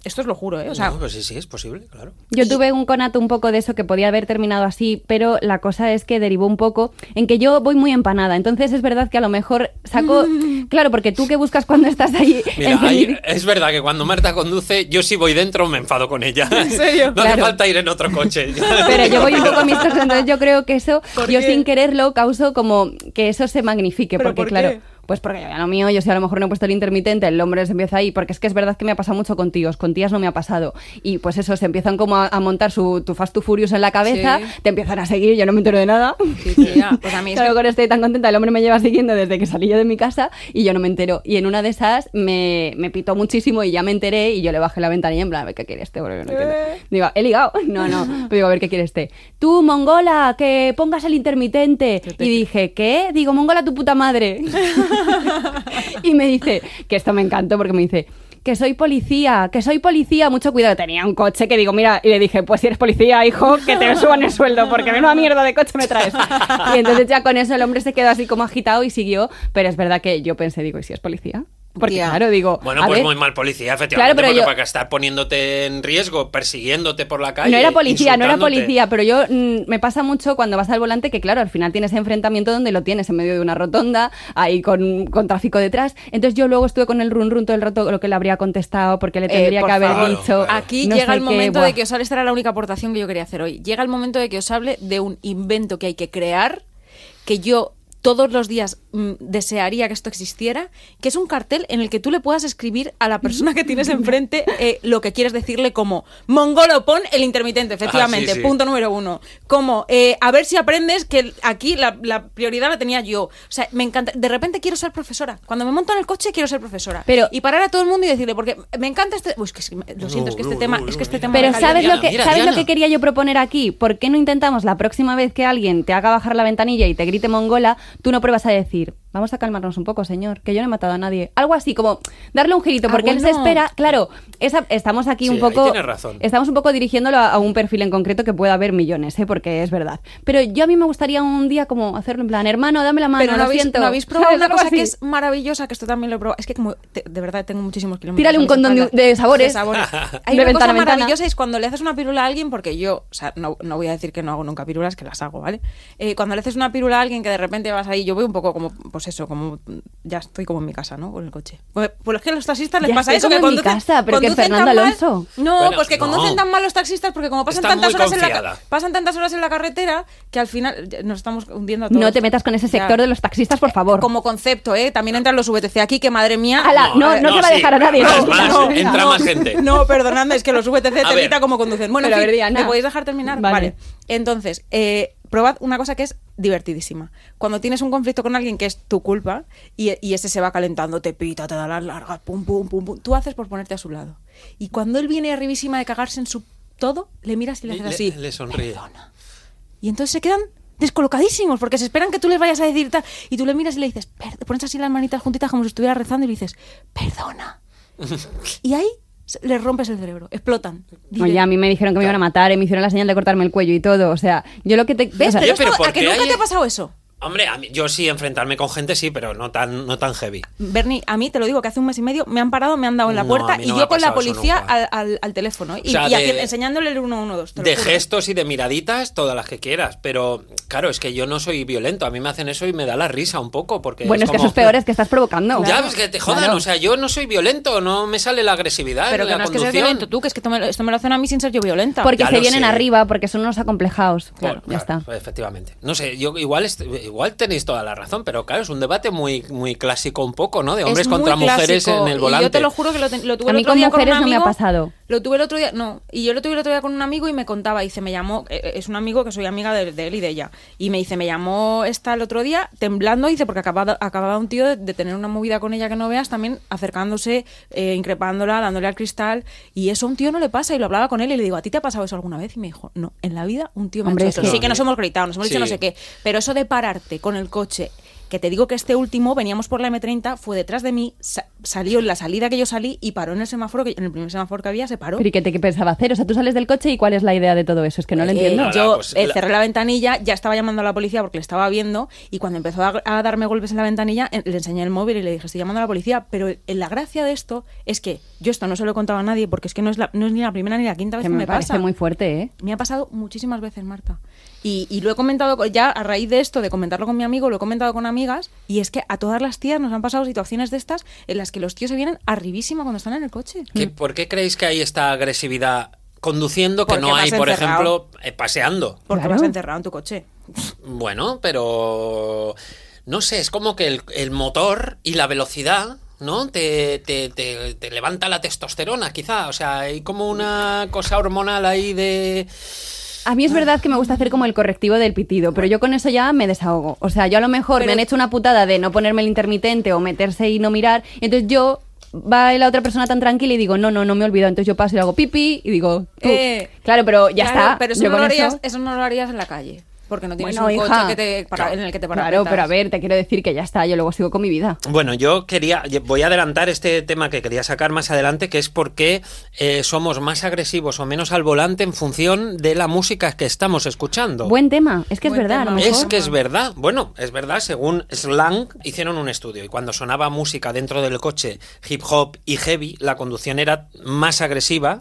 [SPEAKER 3] Esto os lo juro, ¿eh? O sea,
[SPEAKER 1] No, pues sí, sí, es posible, claro.
[SPEAKER 2] Yo tuve un conato un poco de eso que podía haber terminado así, pero la cosa es que derivó un poco en que yo voy muy empanada. Entonces es verdad que a lo mejor saco. Claro, porque tú que buscas cuando estás ahí.
[SPEAKER 1] Mira,
[SPEAKER 2] encendido-
[SPEAKER 1] hay- eh, es verdad que cuando Marta conduce, yo si voy dentro me enfado con ella. ¿En
[SPEAKER 3] serio?
[SPEAKER 1] no hace
[SPEAKER 2] Claro.
[SPEAKER 1] falta ir en otro coche.
[SPEAKER 2] Pero yo voy un poco amistosa, entonces yo creo que eso, yo sin quererlo, causo como que eso se magnifique.
[SPEAKER 3] ¿Pero
[SPEAKER 2] Porque,
[SPEAKER 3] por
[SPEAKER 2] claro,
[SPEAKER 3] qué?
[SPEAKER 2] pues porque yo a lo mío, yo si a lo mejor no he puesto el intermitente, el hombre se empieza ahí, porque es que es verdad que me ha pasado mucho con tíos, con tías no me ha pasado. Y pues eso, se empiezan como a, a montar su tu fast to furious en la cabeza,
[SPEAKER 3] Sí.
[SPEAKER 2] te empiezan a seguir, yo no me entero de nada.
[SPEAKER 3] sí, tía, pues a mí es
[SPEAKER 2] Claro,
[SPEAKER 3] que-
[SPEAKER 2] con estoy tan contenta, el hombre me lleva siguiendo desde que salí yo de mi casa y yo no me entero. Y en una de esas me, me pitó muchísimo y ya me enteré y yo le bajé la ventanilla en plan, a ver qué quiere este, boludo, no
[SPEAKER 3] Eh.
[SPEAKER 2] entiendo". Digo, he ligado. No, no. Pero digo, a ver qué quiere este. Tú, mongola, que pongas el intermitente. Y dije, ¿qué? Digo, mongola, tu puta madre. y me dice, que esto me encantó porque me dice, que soy policía, que soy policía, mucho cuidado. Tenía un coche que digo, mira, y le dije, pues si eres policía, hijo, que te suban el sueldo, porque menuda mierda de coche me traes. Y entonces ya con eso el hombre se quedó así como agitado y siguió, pero es verdad que yo pensé, digo, ¿y si es policía? Porque
[SPEAKER 3] Tía.
[SPEAKER 2] claro, digo,
[SPEAKER 1] Bueno,
[SPEAKER 2] a
[SPEAKER 1] pues
[SPEAKER 2] ver,
[SPEAKER 1] muy mal policía, efectivamente,
[SPEAKER 2] Claro, pero
[SPEAKER 1] porque
[SPEAKER 2] yo-
[SPEAKER 1] para estar poniéndote en riesgo, persiguiéndote por la calle.
[SPEAKER 2] No era policía, no era
[SPEAKER 1] insultándote.
[SPEAKER 2] policía, pero yo mm, me pasa mucho cuando vas al volante que, claro, al final tienes enfrentamiento donde lo tienes, en medio de una rotonda, ahí con, con tráfico detrás. Entonces yo luego estuve con el run run todo el rato lo que le habría contestado porque le
[SPEAKER 3] Eh,
[SPEAKER 2] tendría
[SPEAKER 3] por
[SPEAKER 2] que haber
[SPEAKER 1] favor.
[SPEAKER 2] dicho.
[SPEAKER 3] Aquí
[SPEAKER 2] no
[SPEAKER 3] llega
[SPEAKER 2] sé qué,
[SPEAKER 3] el momento
[SPEAKER 2] buah.
[SPEAKER 3] de que os hable, esta era la única aportación que yo quería hacer hoy. Llega el momento de que os hable de un invento que hay que crear, que yo todos los días mm, desearía que esto existiera, que es un cartel en el que tú le puedas escribir a la persona que tienes enfrente eh, lo que quieres decirle como mongolo pon el intermitente, efectivamente,
[SPEAKER 1] Ah, sí, sí.
[SPEAKER 3] punto número uno. Como eh, a ver si aprendes que aquí la, la prioridad la tenía yo. O sea, me encanta. De repente quiero ser profesora. Cuando me monto en el coche quiero ser profesora.
[SPEAKER 2] Pero-
[SPEAKER 3] y parar a todo el mundo y decirle porque me encanta este. Uy, es que sí, me- lo siento, es que este
[SPEAKER 1] no,
[SPEAKER 3] tema,
[SPEAKER 1] no,
[SPEAKER 3] es que este
[SPEAKER 1] no.
[SPEAKER 3] tema.
[SPEAKER 2] Pero
[SPEAKER 3] me
[SPEAKER 1] Diana,
[SPEAKER 2] ¿sabes, lo, que,
[SPEAKER 1] mira,
[SPEAKER 2] ¿sabes lo
[SPEAKER 1] Diana.
[SPEAKER 2] que quería yo proponer aquí? ¿Por qué no intentamos la próxima vez que alguien te haga bajar la ventanilla y te grite mongola, tú no pruebas a decir, vamos a calmarnos un poco, señor, que yo no he matado a nadie? Algo así, como darle un girito,
[SPEAKER 3] Ah,
[SPEAKER 2] porque él se
[SPEAKER 3] bueno.
[SPEAKER 2] espera, claro, esa- estamos aquí
[SPEAKER 1] Sí,
[SPEAKER 2] un
[SPEAKER 1] ahí
[SPEAKER 2] poco...
[SPEAKER 1] tienes razón.
[SPEAKER 2] Estamos un poco dirigiéndolo a, a un perfil en concreto que pueda haber millones, ¿eh? porque es verdad. Pero yo a mí me gustaría un día como hacerlo en plan, hermano, dame la mano,
[SPEAKER 3] Pero no
[SPEAKER 2] lo
[SPEAKER 3] habéis,
[SPEAKER 2] siento.
[SPEAKER 3] no habéis probado
[SPEAKER 2] ¿Sabes?
[SPEAKER 3] una
[SPEAKER 2] Algo
[SPEAKER 3] cosa
[SPEAKER 2] así.
[SPEAKER 3] que es maravillosa, que esto también lo he probado. Es que como, te- de verdad, tengo muchísimos kilómetros.
[SPEAKER 2] Tírale un
[SPEAKER 3] en mis
[SPEAKER 2] condón de-
[SPEAKER 3] espaldas.
[SPEAKER 2] de sabores.
[SPEAKER 3] Hay
[SPEAKER 2] De ventana
[SPEAKER 3] una cosa
[SPEAKER 2] a ventana.
[SPEAKER 3] maravillosa es cuando le haces una pirula a alguien, porque yo, o sea, no, no voy a decir que no hago nunca pirulas, que las hago, ¿vale? Eh, cuando le haces una pirula a alguien que de repente vas ahí, yo voy un poco como, pues pues eso, como ya estoy como en mi casa, ¿no? Con el coche. Pues, pues es que a los taxistas les
[SPEAKER 2] Ya
[SPEAKER 3] pasa
[SPEAKER 2] estoy
[SPEAKER 3] eso,
[SPEAKER 2] como
[SPEAKER 3] que
[SPEAKER 2] en mi
[SPEAKER 3] conducen,
[SPEAKER 2] casa, pero que
[SPEAKER 3] conducen
[SPEAKER 2] Fernando
[SPEAKER 3] tan mal-
[SPEAKER 2] Alonso.
[SPEAKER 3] No,
[SPEAKER 1] Bueno,
[SPEAKER 3] pues que
[SPEAKER 1] no.
[SPEAKER 3] conducen tan mal los taxistas porque como pasan
[SPEAKER 1] Está
[SPEAKER 3] tantas
[SPEAKER 1] muy
[SPEAKER 3] horas en la ca-
[SPEAKER 1] confiada.
[SPEAKER 3] pasan tantas horas en la carretera que al final ya, nos estamos hundiendo a todos.
[SPEAKER 2] No te metas con ese
[SPEAKER 3] Ya.
[SPEAKER 2] sector de los taxistas, por favor.
[SPEAKER 3] Como concepto, ¿eh? También entran los VTC aquí, que madre mía. eh,
[SPEAKER 2] Ala, no, no,
[SPEAKER 1] no,
[SPEAKER 2] se va a
[SPEAKER 1] sí,
[SPEAKER 2] dejar a nadie.
[SPEAKER 1] no,
[SPEAKER 2] ¿no?
[SPEAKER 1] es más,
[SPEAKER 2] No,
[SPEAKER 1] entra
[SPEAKER 2] venga.
[SPEAKER 1] más gente.
[SPEAKER 3] No, perdonadme, es que los VTC
[SPEAKER 1] A
[SPEAKER 3] te
[SPEAKER 1] ver.
[SPEAKER 3] evita cómo conducen. Bueno,
[SPEAKER 2] Pero
[SPEAKER 3] en
[SPEAKER 2] a ver,
[SPEAKER 3] fin,
[SPEAKER 2] Diana.
[SPEAKER 3] ¿me podéis dejar terminar?
[SPEAKER 2] Vale.
[SPEAKER 3] Vale. Entonces, eh, probad una cosa que es divertidísima. Cuando tienes un conflicto con alguien que es tu culpa y, y ese se va calentando, te pita, te da las largas, pum, pum, pum, pum, tú haces por ponerte a su lado. Y cuando él viene arribísima de cagarse en su todo, le miras y le haces
[SPEAKER 1] Le-
[SPEAKER 3] así.
[SPEAKER 1] le- le sonríe.
[SPEAKER 3] "Perdona". Y entonces se quedan descolocadísimos porque se esperan que tú les vayas a decir tal. Y tú le miras y le dices, "Per-", pones así las manitas juntitas como si estuviera rezando y le dices, perdona. Y ahí se- les rompes el cerebro, explotan.
[SPEAKER 2] Oye, a mí me dijeron que me iban a matar, eh, me hicieron la señal de cortarme el cuello y todo. O sea, yo lo que te.
[SPEAKER 3] ¿Ves?
[SPEAKER 2] o sea,
[SPEAKER 3] Pero,
[SPEAKER 1] Oye, pero
[SPEAKER 3] esto,
[SPEAKER 1] ¿por
[SPEAKER 3] ¿a que
[SPEAKER 1] qué
[SPEAKER 3] nunca
[SPEAKER 1] hay-
[SPEAKER 3] te ha pasado eso?
[SPEAKER 1] Hombre, a mí- yo sí enfrentarme con gente, sí, pero no tan, no tan heavy.
[SPEAKER 3] Bernie, a mí te lo digo que hace un mes y medio me han parado, me han dado en la
[SPEAKER 1] No,
[SPEAKER 3] puerta
[SPEAKER 1] a mí
[SPEAKER 3] y
[SPEAKER 1] no me
[SPEAKER 3] yo
[SPEAKER 1] ha
[SPEAKER 3] con la
[SPEAKER 1] pasado eso
[SPEAKER 3] policía
[SPEAKER 1] nunca.
[SPEAKER 3] al, al- al teléfono ¿eh? y,
[SPEAKER 1] O sea,
[SPEAKER 3] y haci-
[SPEAKER 1] de-
[SPEAKER 3] enseñándole el 112. te lo
[SPEAKER 1] De
[SPEAKER 3] juro.
[SPEAKER 1] gestos y de miraditas, todas las que quieras. Pero claro, es que yo no soy violento. A mí me hacen eso y me da la risa un poco. Porque
[SPEAKER 2] bueno, es que eso
[SPEAKER 1] como-
[SPEAKER 2] es peor, es que estás provocando.
[SPEAKER 1] Ya, pues que te jodan.
[SPEAKER 2] Claro.
[SPEAKER 1] O sea, yo no soy violento, no me sale la agresividad
[SPEAKER 3] Pero
[SPEAKER 1] en
[SPEAKER 3] que
[SPEAKER 1] la
[SPEAKER 3] no es que seas
[SPEAKER 1] conducción.
[SPEAKER 3] violento tú, que es que esto me, lo- esto me lo hacen a mí sin ser yo violenta.
[SPEAKER 2] Porque
[SPEAKER 1] Ya
[SPEAKER 2] se
[SPEAKER 1] lo
[SPEAKER 2] vienen
[SPEAKER 1] sé.
[SPEAKER 2] arriba, porque son unos acomplejados.
[SPEAKER 1] Claro,
[SPEAKER 2] ya
[SPEAKER 1] claro, pues,
[SPEAKER 2] está.
[SPEAKER 1] Efectivamente. No sé, yo igual, est- igual tenéis toda la razón, pero claro, es un debate muy, muy clásico un poco, ¿no? De hombres
[SPEAKER 3] Es muy
[SPEAKER 1] contra mujeres
[SPEAKER 3] clásico,
[SPEAKER 1] en el
[SPEAKER 3] y
[SPEAKER 1] volante.
[SPEAKER 3] yo te lo juro que lo, ten- lo tuve
[SPEAKER 2] A
[SPEAKER 3] el
[SPEAKER 2] mí
[SPEAKER 3] otro
[SPEAKER 2] con
[SPEAKER 3] día
[SPEAKER 2] mujeres
[SPEAKER 3] con
[SPEAKER 2] no
[SPEAKER 3] un
[SPEAKER 2] me ha
[SPEAKER 3] amigo.
[SPEAKER 2] pasado.
[SPEAKER 3] Lo tuve el otro día, no, y yo lo tuve el otro día con un amigo y me contaba, dice, me llamó, eh, es un amigo que soy amiga de, de él y de ella, y me dice, me llamó esta el otro día temblando, dice, porque acababa, acababa un tío de, de tener una movida con ella que no veas, también acercándose, eh, increpándola, dándole al cristal, y eso a un tío no le pasa, y lo hablaba con él y le digo, ¿a ti te ha pasado eso alguna vez? Y me dijo, no, en la vida un tío me
[SPEAKER 2] Hombre,
[SPEAKER 3] ha
[SPEAKER 2] es
[SPEAKER 3] hecho
[SPEAKER 2] que-
[SPEAKER 3] eso. Sí que nos hemos gritado, nos hemos
[SPEAKER 1] Sí.
[SPEAKER 3] dicho no sé qué, pero eso de pararte con el coche, que te digo que este último, veníamos por la M30, fue detrás de mí, sa- salió en la salida que yo salí y paró en el semáforo, que, en el primer semáforo que había, se paró.
[SPEAKER 2] Pero ¿y qué te qué pensaba hacer? O sea, tú sales del coche y cuál es la idea de todo eso. Es que no lo
[SPEAKER 3] Eh,
[SPEAKER 2] entiendo.
[SPEAKER 1] Nada,
[SPEAKER 3] yo
[SPEAKER 1] pues,
[SPEAKER 3] eh,
[SPEAKER 1] la-
[SPEAKER 3] cerré la ventanilla, ya estaba llamando a la policía porque le estaba viendo y cuando empezó a, a darme golpes en la ventanilla eh, le enseñé el móvil y le dije estoy llamando a la policía, pero eh, la gracia de esto es que yo esto no se lo he contado a nadie porque es que no es, la- no es ni la primera ni la quinta vez
[SPEAKER 2] que
[SPEAKER 3] que
[SPEAKER 2] me,
[SPEAKER 3] me,
[SPEAKER 2] parece
[SPEAKER 3] pasa.
[SPEAKER 2] muy fuerte, ¿eh?
[SPEAKER 3] Me ha pasado muchísimas veces, Marta. Y, y lo he comentado co- ya a raíz de esto, de comentarlo con mi amigo, lo he comentado con amigas. Y es que a todas las tías nos han pasado situaciones de estas en las que los tíos se vienen arribísima cuando están en el coche.
[SPEAKER 1] ¿Qué- ¿Por qué creéis que hay esta agresividad conduciendo que
[SPEAKER 3] Porque
[SPEAKER 1] no
[SPEAKER 3] vas
[SPEAKER 1] hay, por
[SPEAKER 3] encerrado.
[SPEAKER 1] ejemplo, eh, paseando?
[SPEAKER 3] Porque
[SPEAKER 2] Mm, Claro.
[SPEAKER 3] vas encerrado en tu coche.
[SPEAKER 1] Bueno, pero no sé, es como que el, el motor y la velocidad, ¿no? Te, te- te- te levanta la testosterona, quizá. O sea, hay como una cosa hormonal ahí de...
[SPEAKER 2] A mí es verdad que me gusta hacer como el correctivo del pitido, pero yo con eso ya me desahogo. O sea, yo a lo mejor me han hecho una putada de no ponerme el intermitente o meterse y no mirar. Entonces yo va la otra persona tan tranquila y digo, no, no, no me he olvidado. Entonces yo paso y hago pipi y digo, tú.
[SPEAKER 3] Eh,
[SPEAKER 2] claro, pero Pues ya
[SPEAKER 3] Claro,
[SPEAKER 2] está.
[SPEAKER 3] Pero eso
[SPEAKER 2] yo
[SPEAKER 3] no, lo
[SPEAKER 2] con
[SPEAKER 3] harías,
[SPEAKER 2] eso-
[SPEAKER 3] eso no lo harías en la calle. Porque no tienes
[SPEAKER 2] Bueno,
[SPEAKER 3] un
[SPEAKER 2] hija.
[SPEAKER 3] coche que te para-
[SPEAKER 1] Claro.
[SPEAKER 3] en el que te
[SPEAKER 2] Claro,
[SPEAKER 3] parapetas.
[SPEAKER 2] pero a ver, te quiero decir que ya está, yo luego sigo con mi vida.
[SPEAKER 1] Bueno, yo quería, voy a adelantar este tema que quería sacar más adelante, que es por qué eh, somos más agresivos o menos al volante en función de la música que estamos escuchando.
[SPEAKER 2] Buen tema, es que es
[SPEAKER 3] Buen
[SPEAKER 2] verdad.
[SPEAKER 3] tema.
[SPEAKER 2] a lo
[SPEAKER 1] Es
[SPEAKER 2] mejor.
[SPEAKER 1] que es verdad. Bueno, es verdad. Según Slang, hicieron un estudio y cuando sonaba música dentro del coche, hip hop y heavy, la conducción era más agresiva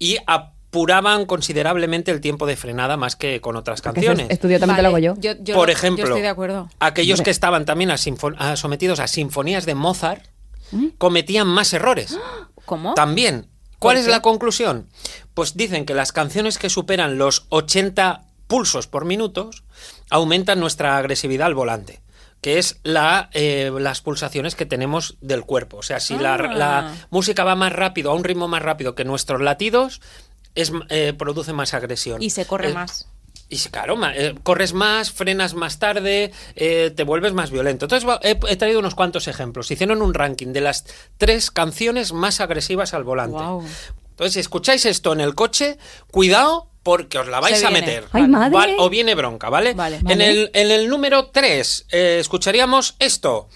[SPEAKER 1] y apuraban considerablemente el tiempo de frenada más que con otras
[SPEAKER 2] Que eso es-
[SPEAKER 1] canciones.
[SPEAKER 2] estudio también te lo hago yo.
[SPEAKER 1] Por ejemplo,
[SPEAKER 3] estoy de acuerdo.
[SPEAKER 1] aquellos que estaban también a sinfo- a- sometidos a sinfonías de Mozart
[SPEAKER 2] ¿Mm?
[SPEAKER 1] cometían más errores.
[SPEAKER 2] ¡Ah!
[SPEAKER 3] ¿Cómo?
[SPEAKER 1] También. ¿Cuál
[SPEAKER 3] ¿Por
[SPEAKER 1] es
[SPEAKER 3] qué?
[SPEAKER 1] la conclusión? Pues dicen que las canciones que superan los 80 pulsos por minutos aumentan nuestra agresividad al volante, que es la, eh, las pulsaciones que tenemos del cuerpo. O sea, si la,
[SPEAKER 3] Ah.
[SPEAKER 1] la música va más rápido, a un ritmo más rápido que nuestros latidos, es, eh, produce más agresión.
[SPEAKER 3] Y se corre
[SPEAKER 1] Eh,
[SPEAKER 3] más.
[SPEAKER 1] y sí, claro, ma- eh, corres más, frenas más tarde, eh, te vuelves más violento. Entonces va- he, he traído unos cuantos ejemplos. Hicieron un ranking de las tres canciones más agresivas al volante.
[SPEAKER 3] Guau.
[SPEAKER 1] Entonces, si escucháis esto en el coche, cuidado porque os la vais
[SPEAKER 3] Se
[SPEAKER 1] a
[SPEAKER 3] viene.
[SPEAKER 1] meter.
[SPEAKER 2] Ay, madre.
[SPEAKER 1] Val- o viene bronca, ¿vale?
[SPEAKER 3] Vale.
[SPEAKER 1] En,
[SPEAKER 3] Vale.
[SPEAKER 1] el, en el número 3 escucharíamos esto.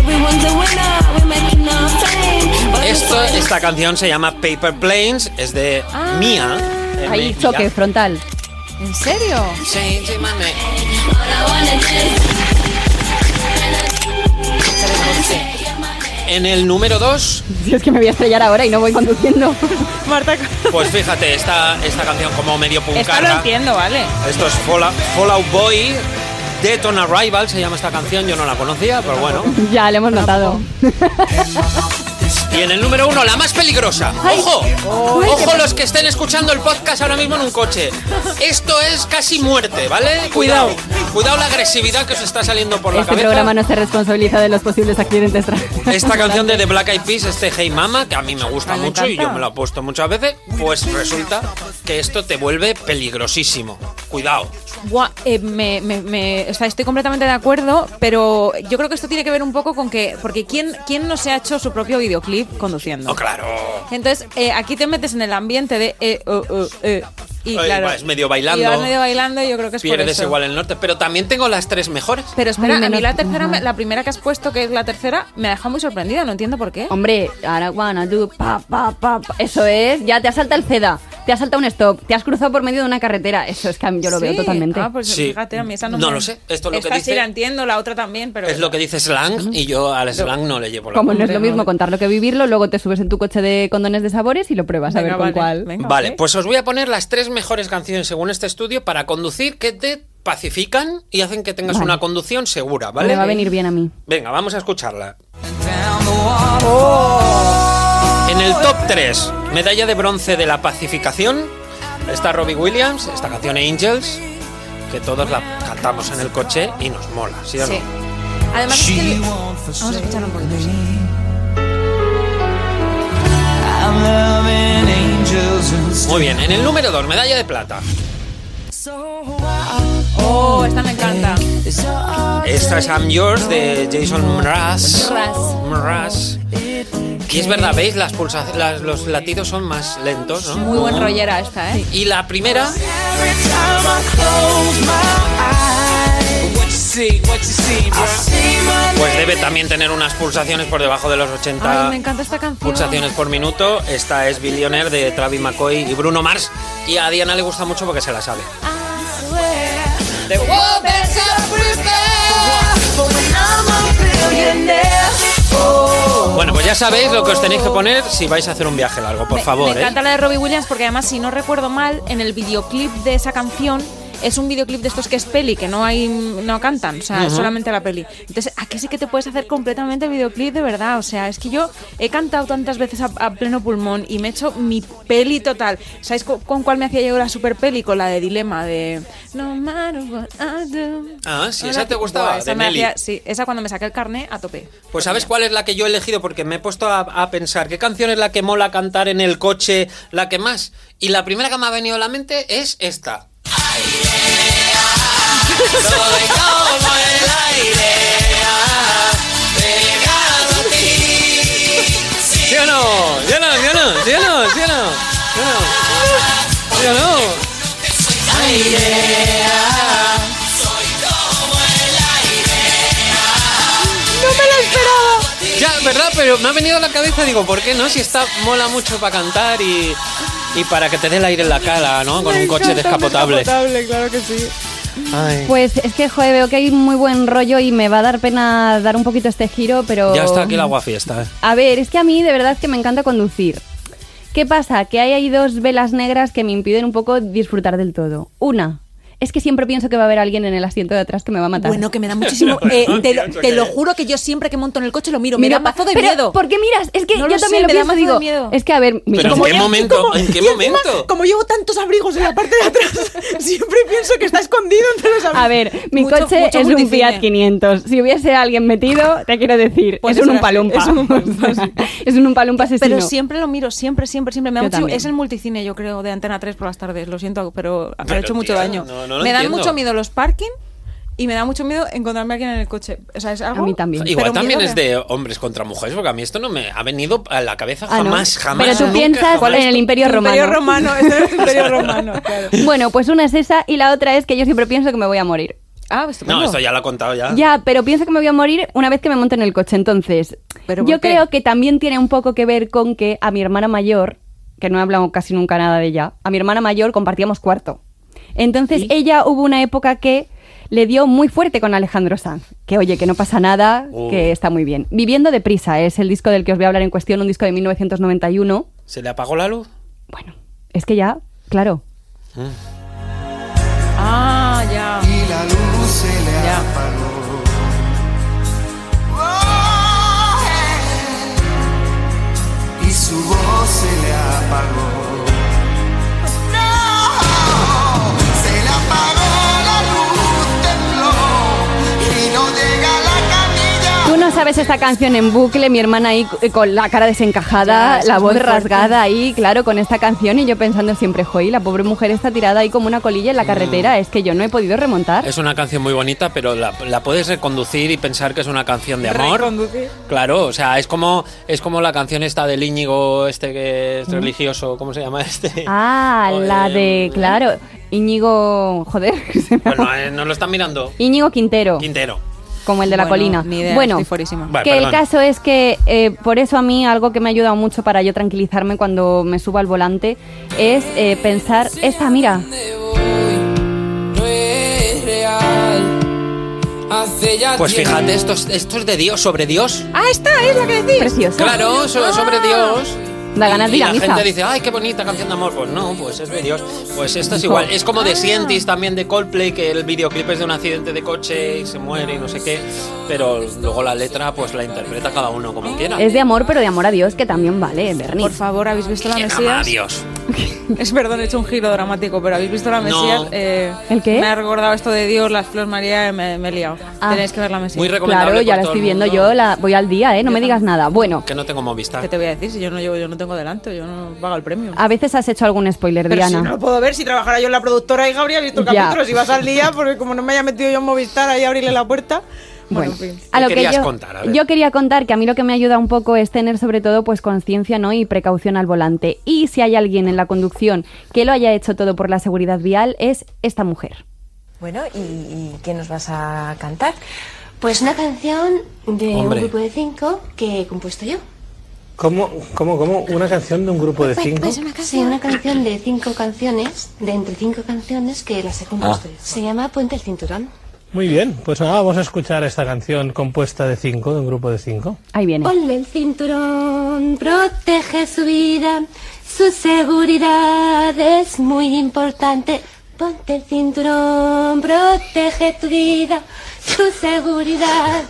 [SPEAKER 5] Everyone's a winner, we're making our fame. But
[SPEAKER 1] esto. Esta canción se llama Paper Planes, es de
[SPEAKER 3] Ah,
[SPEAKER 1] Mía. eh,
[SPEAKER 2] Ahí,
[SPEAKER 1] Mía.
[SPEAKER 2] choque frontal.
[SPEAKER 3] ¿En serio?
[SPEAKER 1] Changing my name. En el número 2,
[SPEAKER 2] Si es que me voy a estrellar ahora y no voy conduciendo.
[SPEAKER 3] Marta,
[SPEAKER 1] pues fíjate, esta, esta canción como medio
[SPEAKER 3] esto lo
[SPEAKER 1] puncarra.
[SPEAKER 3] entiendo, ¿vale?
[SPEAKER 1] Esto es Fallout, Fallout Boy Dead on Arrival se llama esta canción, yo no la conocía, pero bueno.
[SPEAKER 2] Ya, le hemos notado.
[SPEAKER 3] pues,
[SPEAKER 1] Y en el número uno, la más peligrosa. ¡Ojo! ¡Ojo los que estén escuchando el podcast ahora mismo en un coche! Esto es casi muerte, ¿vale? Cuidado. Cuidado la agresividad que os está saliendo por la
[SPEAKER 2] Este
[SPEAKER 1] cabeza.
[SPEAKER 2] programa no se responsabiliza de los posibles accidentes tra-
[SPEAKER 1] Esta canción de The Black Eyed Peas, este Hey Mama, que a mí me gusta
[SPEAKER 3] me
[SPEAKER 1] mucho y
[SPEAKER 3] encanta.
[SPEAKER 1] yo me lo he puesto muchas veces, pues resulta que esto te vuelve peligrosísimo. Cuidado.
[SPEAKER 3] Buah, eh, me, me- me- o sea, estoy completamente de acuerdo, pero yo creo que esto tiene que ver un poco con que, porque ¿quién, quién no se ha hecho su propio videoclip conduciendo?
[SPEAKER 1] No, claro.
[SPEAKER 3] Entonces, eh, aquí te metes en el ambiente de... eh, oh, oh, eh, y
[SPEAKER 1] Ay,
[SPEAKER 3] claro,
[SPEAKER 1] vas medio bailando.
[SPEAKER 3] Y vas medio bailando y yo creo que es por
[SPEAKER 1] Pierdes
[SPEAKER 3] eso.
[SPEAKER 1] igual el norte, pero también tengo las tres mejores.
[SPEAKER 3] Pero espera,
[SPEAKER 2] Ay,
[SPEAKER 3] a mí
[SPEAKER 2] menos-
[SPEAKER 3] la tercera, me- la primera que has puesto, que es la tercera, me ha dejado muy sorprendida, no entiendo por qué.
[SPEAKER 2] Hombre, ahora wanna do pa, pa, pa, pa. Eso es, ya te asalta el CEDA, te asalta un stop, te has cruzado por medio de una carretera. Eso es que a mí yo lo veo
[SPEAKER 3] Sí.
[SPEAKER 2] totalmente.
[SPEAKER 3] Ah, pues
[SPEAKER 1] Sí.
[SPEAKER 3] fíjate, a mí esa no
[SPEAKER 1] No
[SPEAKER 3] me-
[SPEAKER 1] lo sé, esto es lo que
[SPEAKER 3] Esta sí
[SPEAKER 1] dice-
[SPEAKER 3] la entiendo, la otra también, pero...
[SPEAKER 1] Es lo que dice Slang y yo al Slang no le llevo la
[SPEAKER 2] Como no es
[SPEAKER 3] hombre,
[SPEAKER 2] lo mismo
[SPEAKER 3] no.
[SPEAKER 2] contarlo que vivirlo, luego te subes en tu coche de condones de sabores y lo pruebas
[SPEAKER 3] Venga,
[SPEAKER 2] a ver
[SPEAKER 3] vale,
[SPEAKER 2] con cuál.
[SPEAKER 3] venga,
[SPEAKER 1] Vale,
[SPEAKER 3] ok.
[SPEAKER 1] pues os voy a poner las tres mejores canciones según este estudio para conducir que te pacifican y hacen que tengas
[SPEAKER 2] Vale.
[SPEAKER 1] una conducción segura,
[SPEAKER 2] Me va a
[SPEAKER 1] ¿vale?
[SPEAKER 2] venir bien a mí.
[SPEAKER 1] Venga, vamos a escucharla. En el top 3, medalla de bronce de la pacificación, está Robbie Williams, esta canción Angels, que todos la cantamos en el coche y nos mola, ¿sí o no?
[SPEAKER 3] Sí. Además, es que... el- Vamos a escuchar un poquito.
[SPEAKER 1] Muy bien, en el número 2, medalla de plata.
[SPEAKER 3] Oh, esta me encanta.
[SPEAKER 1] Esta es I'm Yours de Jason Mraz.
[SPEAKER 3] Mraz.
[SPEAKER 1] Mraz. Y es verdad, ¿veis? Las pulsa- las- los latidos son más lentos, ¿no?
[SPEAKER 3] Muy buen rollera esta, ¿eh?
[SPEAKER 1] Y la primera, pues debe también tener unas pulsaciones por debajo de los 80
[SPEAKER 3] Ay, me encanta esta canción.
[SPEAKER 1] pulsaciones por minuto. Esta es Billionaire de Travis McCoy y Bruno Mars. Y a Diana le gusta mucho porque se la sabe. Bueno, pues ya sabéis lo que os tenéis que poner si vais a hacer un viaje largo, por
[SPEAKER 3] Me-
[SPEAKER 1] favor.
[SPEAKER 3] Me,
[SPEAKER 1] ¿eh?
[SPEAKER 3] encanta la de Robbie Williams porque además, si no recuerdo mal, en el videoclip de esa canción es un videoclip de estos que es peli, que no hay no cantan, o sea, es solamente la peli. Entonces, aquí sí que te puedes hacer completamente el videoclip de verdad, o sea, es que yo he cantado tantas veces a, a pleno pulmón y me he hecho mi peli total. ¿Sabéis co- con, cuál me hacía yo la super peli? Con la de Dilema de No matter what I do.
[SPEAKER 1] Ah, sí,
[SPEAKER 3] Hola,
[SPEAKER 1] esa te
[SPEAKER 3] ti-
[SPEAKER 1] gustaba,
[SPEAKER 3] Buah, esa
[SPEAKER 1] de
[SPEAKER 3] me
[SPEAKER 1] Nelly.
[SPEAKER 3] hacía- sí, esa cuando me saqué el carné a tope.
[SPEAKER 1] Pues sabes cuál es la que yo he elegido porque me he puesto a, a pensar qué canción es la que mola cantar en el coche, la que más. Y la primera que me ha venido a la mente es esta. Soy como el aire, ah, pegado a ti. ¿Sí o no? ¿Sí o no? ¿Sí o no? ¿Sí o no? ¿Sí o no? ¿Sí o no? ¿Sí o no? Ya, ¿verdad? Pero me ha venido a la cabeza, digo, ¿por qué no? Si está mola mucho para cantar y, y para que te dé el aire en la cara, ¿no? Con un coche descapotable.
[SPEAKER 3] claro que sí.
[SPEAKER 1] Ay.
[SPEAKER 2] Pues es que, joder, veo que hay muy buen rollo y me va a dar pena dar un poquito este giro, pero...
[SPEAKER 1] Ya está aquí la guafiesta. ¿eh?
[SPEAKER 2] A ver, es que a mí de verdad que me encanta conducir. ¿Qué pasa? Que hay ahí dos velas negras que me impiden un poco disfrutar del todo. Una, es que siempre pienso que va a haber alguien en el asiento de atrás que me va a matar.
[SPEAKER 3] Bueno, que me da muchísimo. eh, te lo, te lo juro que yo siempre que monto en el coche lo miro. Me da
[SPEAKER 2] pa-
[SPEAKER 3] mazo de
[SPEAKER 2] pero,
[SPEAKER 3] miedo.
[SPEAKER 2] ¿Por qué miras? Es que
[SPEAKER 3] No
[SPEAKER 2] yo
[SPEAKER 3] lo
[SPEAKER 2] también
[SPEAKER 3] sé,
[SPEAKER 2] lo
[SPEAKER 3] me da
[SPEAKER 2] pienso y
[SPEAKER 3] mazo de
[SPEAKER 2] digo,
[SPEAKER 3] miedo.
[SPEAKER 2] es que a ver,
[SPEAKER 1] Pero
[SPEAKER 2] mira,
[SPEAKER 1] ¿en
[SPEAKER 2] como
[SPEAKER 1] qué
[SPEAKER 2] ya-
[SPEAKER 1] momento? ¿En qué momento?
[SPEAKER 3] Como llevo tantos abrigos en la parte de atrás, siempre pienso que está escondido entre los abrigos.
[SPEAKER 2] a ver, mi
[SPEAKER 3] Mucho-
[SPEAKER 2] coche
[SPEAKER 3] mucho
[SPEAKER 2] es un
[SPEAKER 3] multicine.
[SPEAKER 2] Fiat 500. Si hubiese alguien metido, te quiero decir,
[SPEAKER 3] Pues
[SPEAKER 2] es un
[SPEAKER 3] eso era así,
[SPEAKER 2] umpalumpa.
[SPEAKER 3] es un umpalumpa,
[SPEAKER 2] O sea, es un umpalumpa asesino.
[SPEAKER 3] Pero siempre lo miro, siempre, siempre, siempre. Me da
[SPEAKER 2] Yo
[SPEAKER 3] mucho-
[SPEAKER 2] también.
[SPEAKER 3] es el multicine, yo creo, de Antena 3 por las tardes. Lo siento, pero me ha
[SPEAKER 1] Pero,
[SPEAKER 3] hecho mucho
[SPEAKER 1] tía,
[SPEAKER 3] daño.
[SPEAKER 1] no- no lo
[SPEAKER 3] me dan
[SPEAKER 1] entiendo.
[SPEAKER 3] mucho miedo los parking y me da mucho miedo encontrarme a alguien en el coche. O sea, es
[SPEAKER 2] A
[SPEAKER 3] algo.
[SPEAKER 2] mí también.
[SPEAKER 1] Igual
[SPEAKER 3] pero
[SPEAKER 1] también
[SPEAKER 3] miedo
[SPEAKER 1] es de hombres contra mujeres, porque a mí esto no me ha venido a la cabeza
[SPEAKER 2] Ah, no.
[SPEAKER 1] jamás, jamás.
[SPEAKER 2] Pero tú
[SPEAKER 1] nunca,
[SPEAKER 2] piensas
[SPEAKER 1] jamás.
[SPEAKER 2] en el Imperio Romano.
[SPEAKER 3] Imperio romano, es del imperio romano, claro.
[SPEAKER 2] Bueno, pues una es esa y la otra es que yo siempre pienso que me voy a morir.
[SPEAKER 3] Ah, estupendo.
[SPEAKER 1] No, esto ya lo he contado ya.
[SPEAKER 2] Ya, pero pienso que me voy a morir una vez que me monte en el coche. Entonces,
[SPEAKER 3] ¿Pero por
[SPEAKER 2] yo
[SPEAKER 3] qué?
[SPEAKER 2] creo que también tiene un poco que ver con que a mi hermana mayor, que no he hablado casi nunca nada de ella, a mi hermana mayor compartíamos cuarto. Entonces, ella hubo una época que le dio muy fuerte con Alejandro Sanz. Que oye, que no pasa nada,
[SPEAKER 1] Uh.
[SPEAKER 2] que está muy bien. Viviendo deprisa ¿eh? es el disco del que os voy a hablar en cuestión, un disco de 1991.
[SPEAKER 1] ¿Se le apagó la luz?
[SPEAKER 2] Bueno, es que ya, claro,
[SPEAKER 3] Ah, ya.
[SPEAKER 6] Y la luz se le
[SPEAKER 3] Ya.
[SPEAKER 2] sabes esta canción en bucle, mi hermana ahí c- con la cara
[SPEAKER 3] Ya,
[SPEAKER 2] desencajada,
[SPEAKER 3] eso
[SPEAKER 2] la
[SPEAKER 3] es
[SPEAKER 2] voz
[SPEAKER 3] muy fuerte.
[SPEAKER 2] rasgada ahí, claro, con esta canción y yo pensando siempre, joy, la pobre mujer está tirada ahí como una colilla en la carretera,
[SPEAKER 3] Mm.
[SPEAKER 2] es que yo no he podido remontar.
[SPEAKER 1] Es una canción muy bonita, pero la, la puedes reconducir y pensar que es una canción de amor.
[SPEAKER 3] Reconducir.
[SPEAKER 1] Claro, o sea, es como, es como la canción esta del Íñigo, este que es religioso, ¿cómo se llama este?
[SPEAKER 2] Ah,
[SPEAKER 1] O,
[SPEAKER 2] la
[SPEAKER 1] eh,
[SPEAKER 2] de, claro, Íñigo, joder, se me ha-
[SPEAKER 1] Bueno, eh, nos lo están mirando.
[SPEAKER 2] Íñigo Quintero,
[SPEAKER 1] Quintero.
[SPEAKER 2] como el de la
[SPEAKER 3] Bueno,
[SPEAKER 2] colina.
[SPEAKER 3] Ni idea,
[SPEAKER 2] bueno,
[SPEAKER 3] estoy fuerísima.
[SPEAKER 1] Vale,
[SPEAKER 2] que
[SPEAKER 1] perdón.
[SPEAKER 2] el caso es que eh, por eso a mí algo que me ha ayudado mucho para yo tranquilizarme cuando me subo al volante es eh, pensar, esta mira,
[SPEAKER 6] no es real. Hace ya
[SPEAKER 1] Pues
[SPEAKER 6] tiempo-
[SPEAKER 1] fíjate, esto es, esto es de Dios, sobre Dios.
[SPEAKER 3] Ah, esta es la que decís. Ah.
[SPEAKER 2] preciosa.
[SPEAKER 1] Claro, so- sobre Dios.
[SPEAKER 2] Da ganas de
[SPEAKER 1] Y
[SPEAKER 2] ir a
[SPEAKER 1] la
[SPEAKER 2] misa.
[SPEAKER 1] gente dice, ay, qué bonita canción de amor. Pues no, pues es de Dios. Pues esto es igual. Es como de Scientist también de Coldplay, que el videoclip es de un accidente de coche y se muere y no sé qué. Pero luego la letra, pues la interpreta cada uno como quiera.
[SPEAKER 2] Es de amor, pero de amor a Dios, que también vale, Bernie.
[SPEAKER 3] Por favor, ¿habéis visto la
[SPEAKER 1] Que ama a
[SPEAKER 3] Mesías?
[SPEAKER 1] Dios.
[SPEAKER 3] Es perdón, he hecho un giro dramático, pero ¿habéis visto la Mesías?
[SPEAKER 1] No.
[SPEAKER 3] Eh,
[SPEAKER 2] ¿El qué?
[SPEAKER 3] Me ha recordado esto de Dios, las flores María, y me, me he liado.
[SPEAKER 2] Ah.
[SPEAKER 3] Tenéis que ver la Mesías.
[SPEAKER 1] Muy recomendable.
[SPEAKER 2] Claro, ya
[SPEAKER 1] por
[SPEAKER 2] la
[SPEAKER 1] todo
[SPEAKER 2] estoy
[SPEAKER 1] el
[SPEAKER 2] viendo
[SPEAKER 1] mundo.
[SPEAKER 2] yo, la, voy al día, ¿eh? No me digas nada. Bueno,
[SPEAKER 1] Que no tengo Movistar.
[SPEAKER 3] ¿Qué te voy a decir? Si yo no llevo, yo no tengo delante, yo no pago el premio.
[SPEAKER 2] a veces has hecho algún spoiler,
[SPEAKER 3] Pero si
[SPEAKER 2] Diana.
[SPEAKER 3] no lo puedo ver, si trabajara yo en la productora y Gabriel ha visto
[SPEAKER 2] Ya.
[SPEAKER 3] capítulos, si vas al día, porque como no me haya metido yo en Movistar ahí a abrirle la puerta. Bueno,
[SPEAKER 2] Bueno,
[SPEAKER 3] en fin.
[SPEAKER 2] a
[SPEAKER 1] ¿Qué
[SPEAKER 2] lo que
[SPEAKER 1] querías
[SPEAKER 2] yo,
[SPEAKER 1] contar? A ver.
[SPEAKER 2] yo quería contar que a mí lo que me ayuda un poco es tener sobre todo pues conciencia ¿no? y precaución al volante. Y si hay alguien en la conducción que lo haya hecho todo por la seguridad vial es esta mujer.
[SPEAKER 7] Bueno, ¿y, y qué nos vas a cantar?
[SPEAKER 8] Pues una canción de
[SPEAKER 1] Hombre.
[SPEAKER 8] un grupo de cinco que he compuesto yo.
[SPEAKER 9] ¿Cómo, cómo, cómo? ¿Una canción de un grupo
[SPEAKER 8] Pues,
[SPEAKER 9] de cinco?
[SPEAKER 8] una canción? Sí, una canción de cinco canciones, de entre cinco canciones que las he compuesto yo. Se llama Puente el Cinturón.
[SPEAKER 9] Muy bien, pues nada, vamos a escuchar esta canción compuesta de cinco, de un grupo de cinco.
[SPEAKER 2] Ahí viene.
[SPEAKER 8] Ponle el cinturón, protege su vida, su seguridad es muy importante. Ponte el cinturón, protege tu vida, su seguridad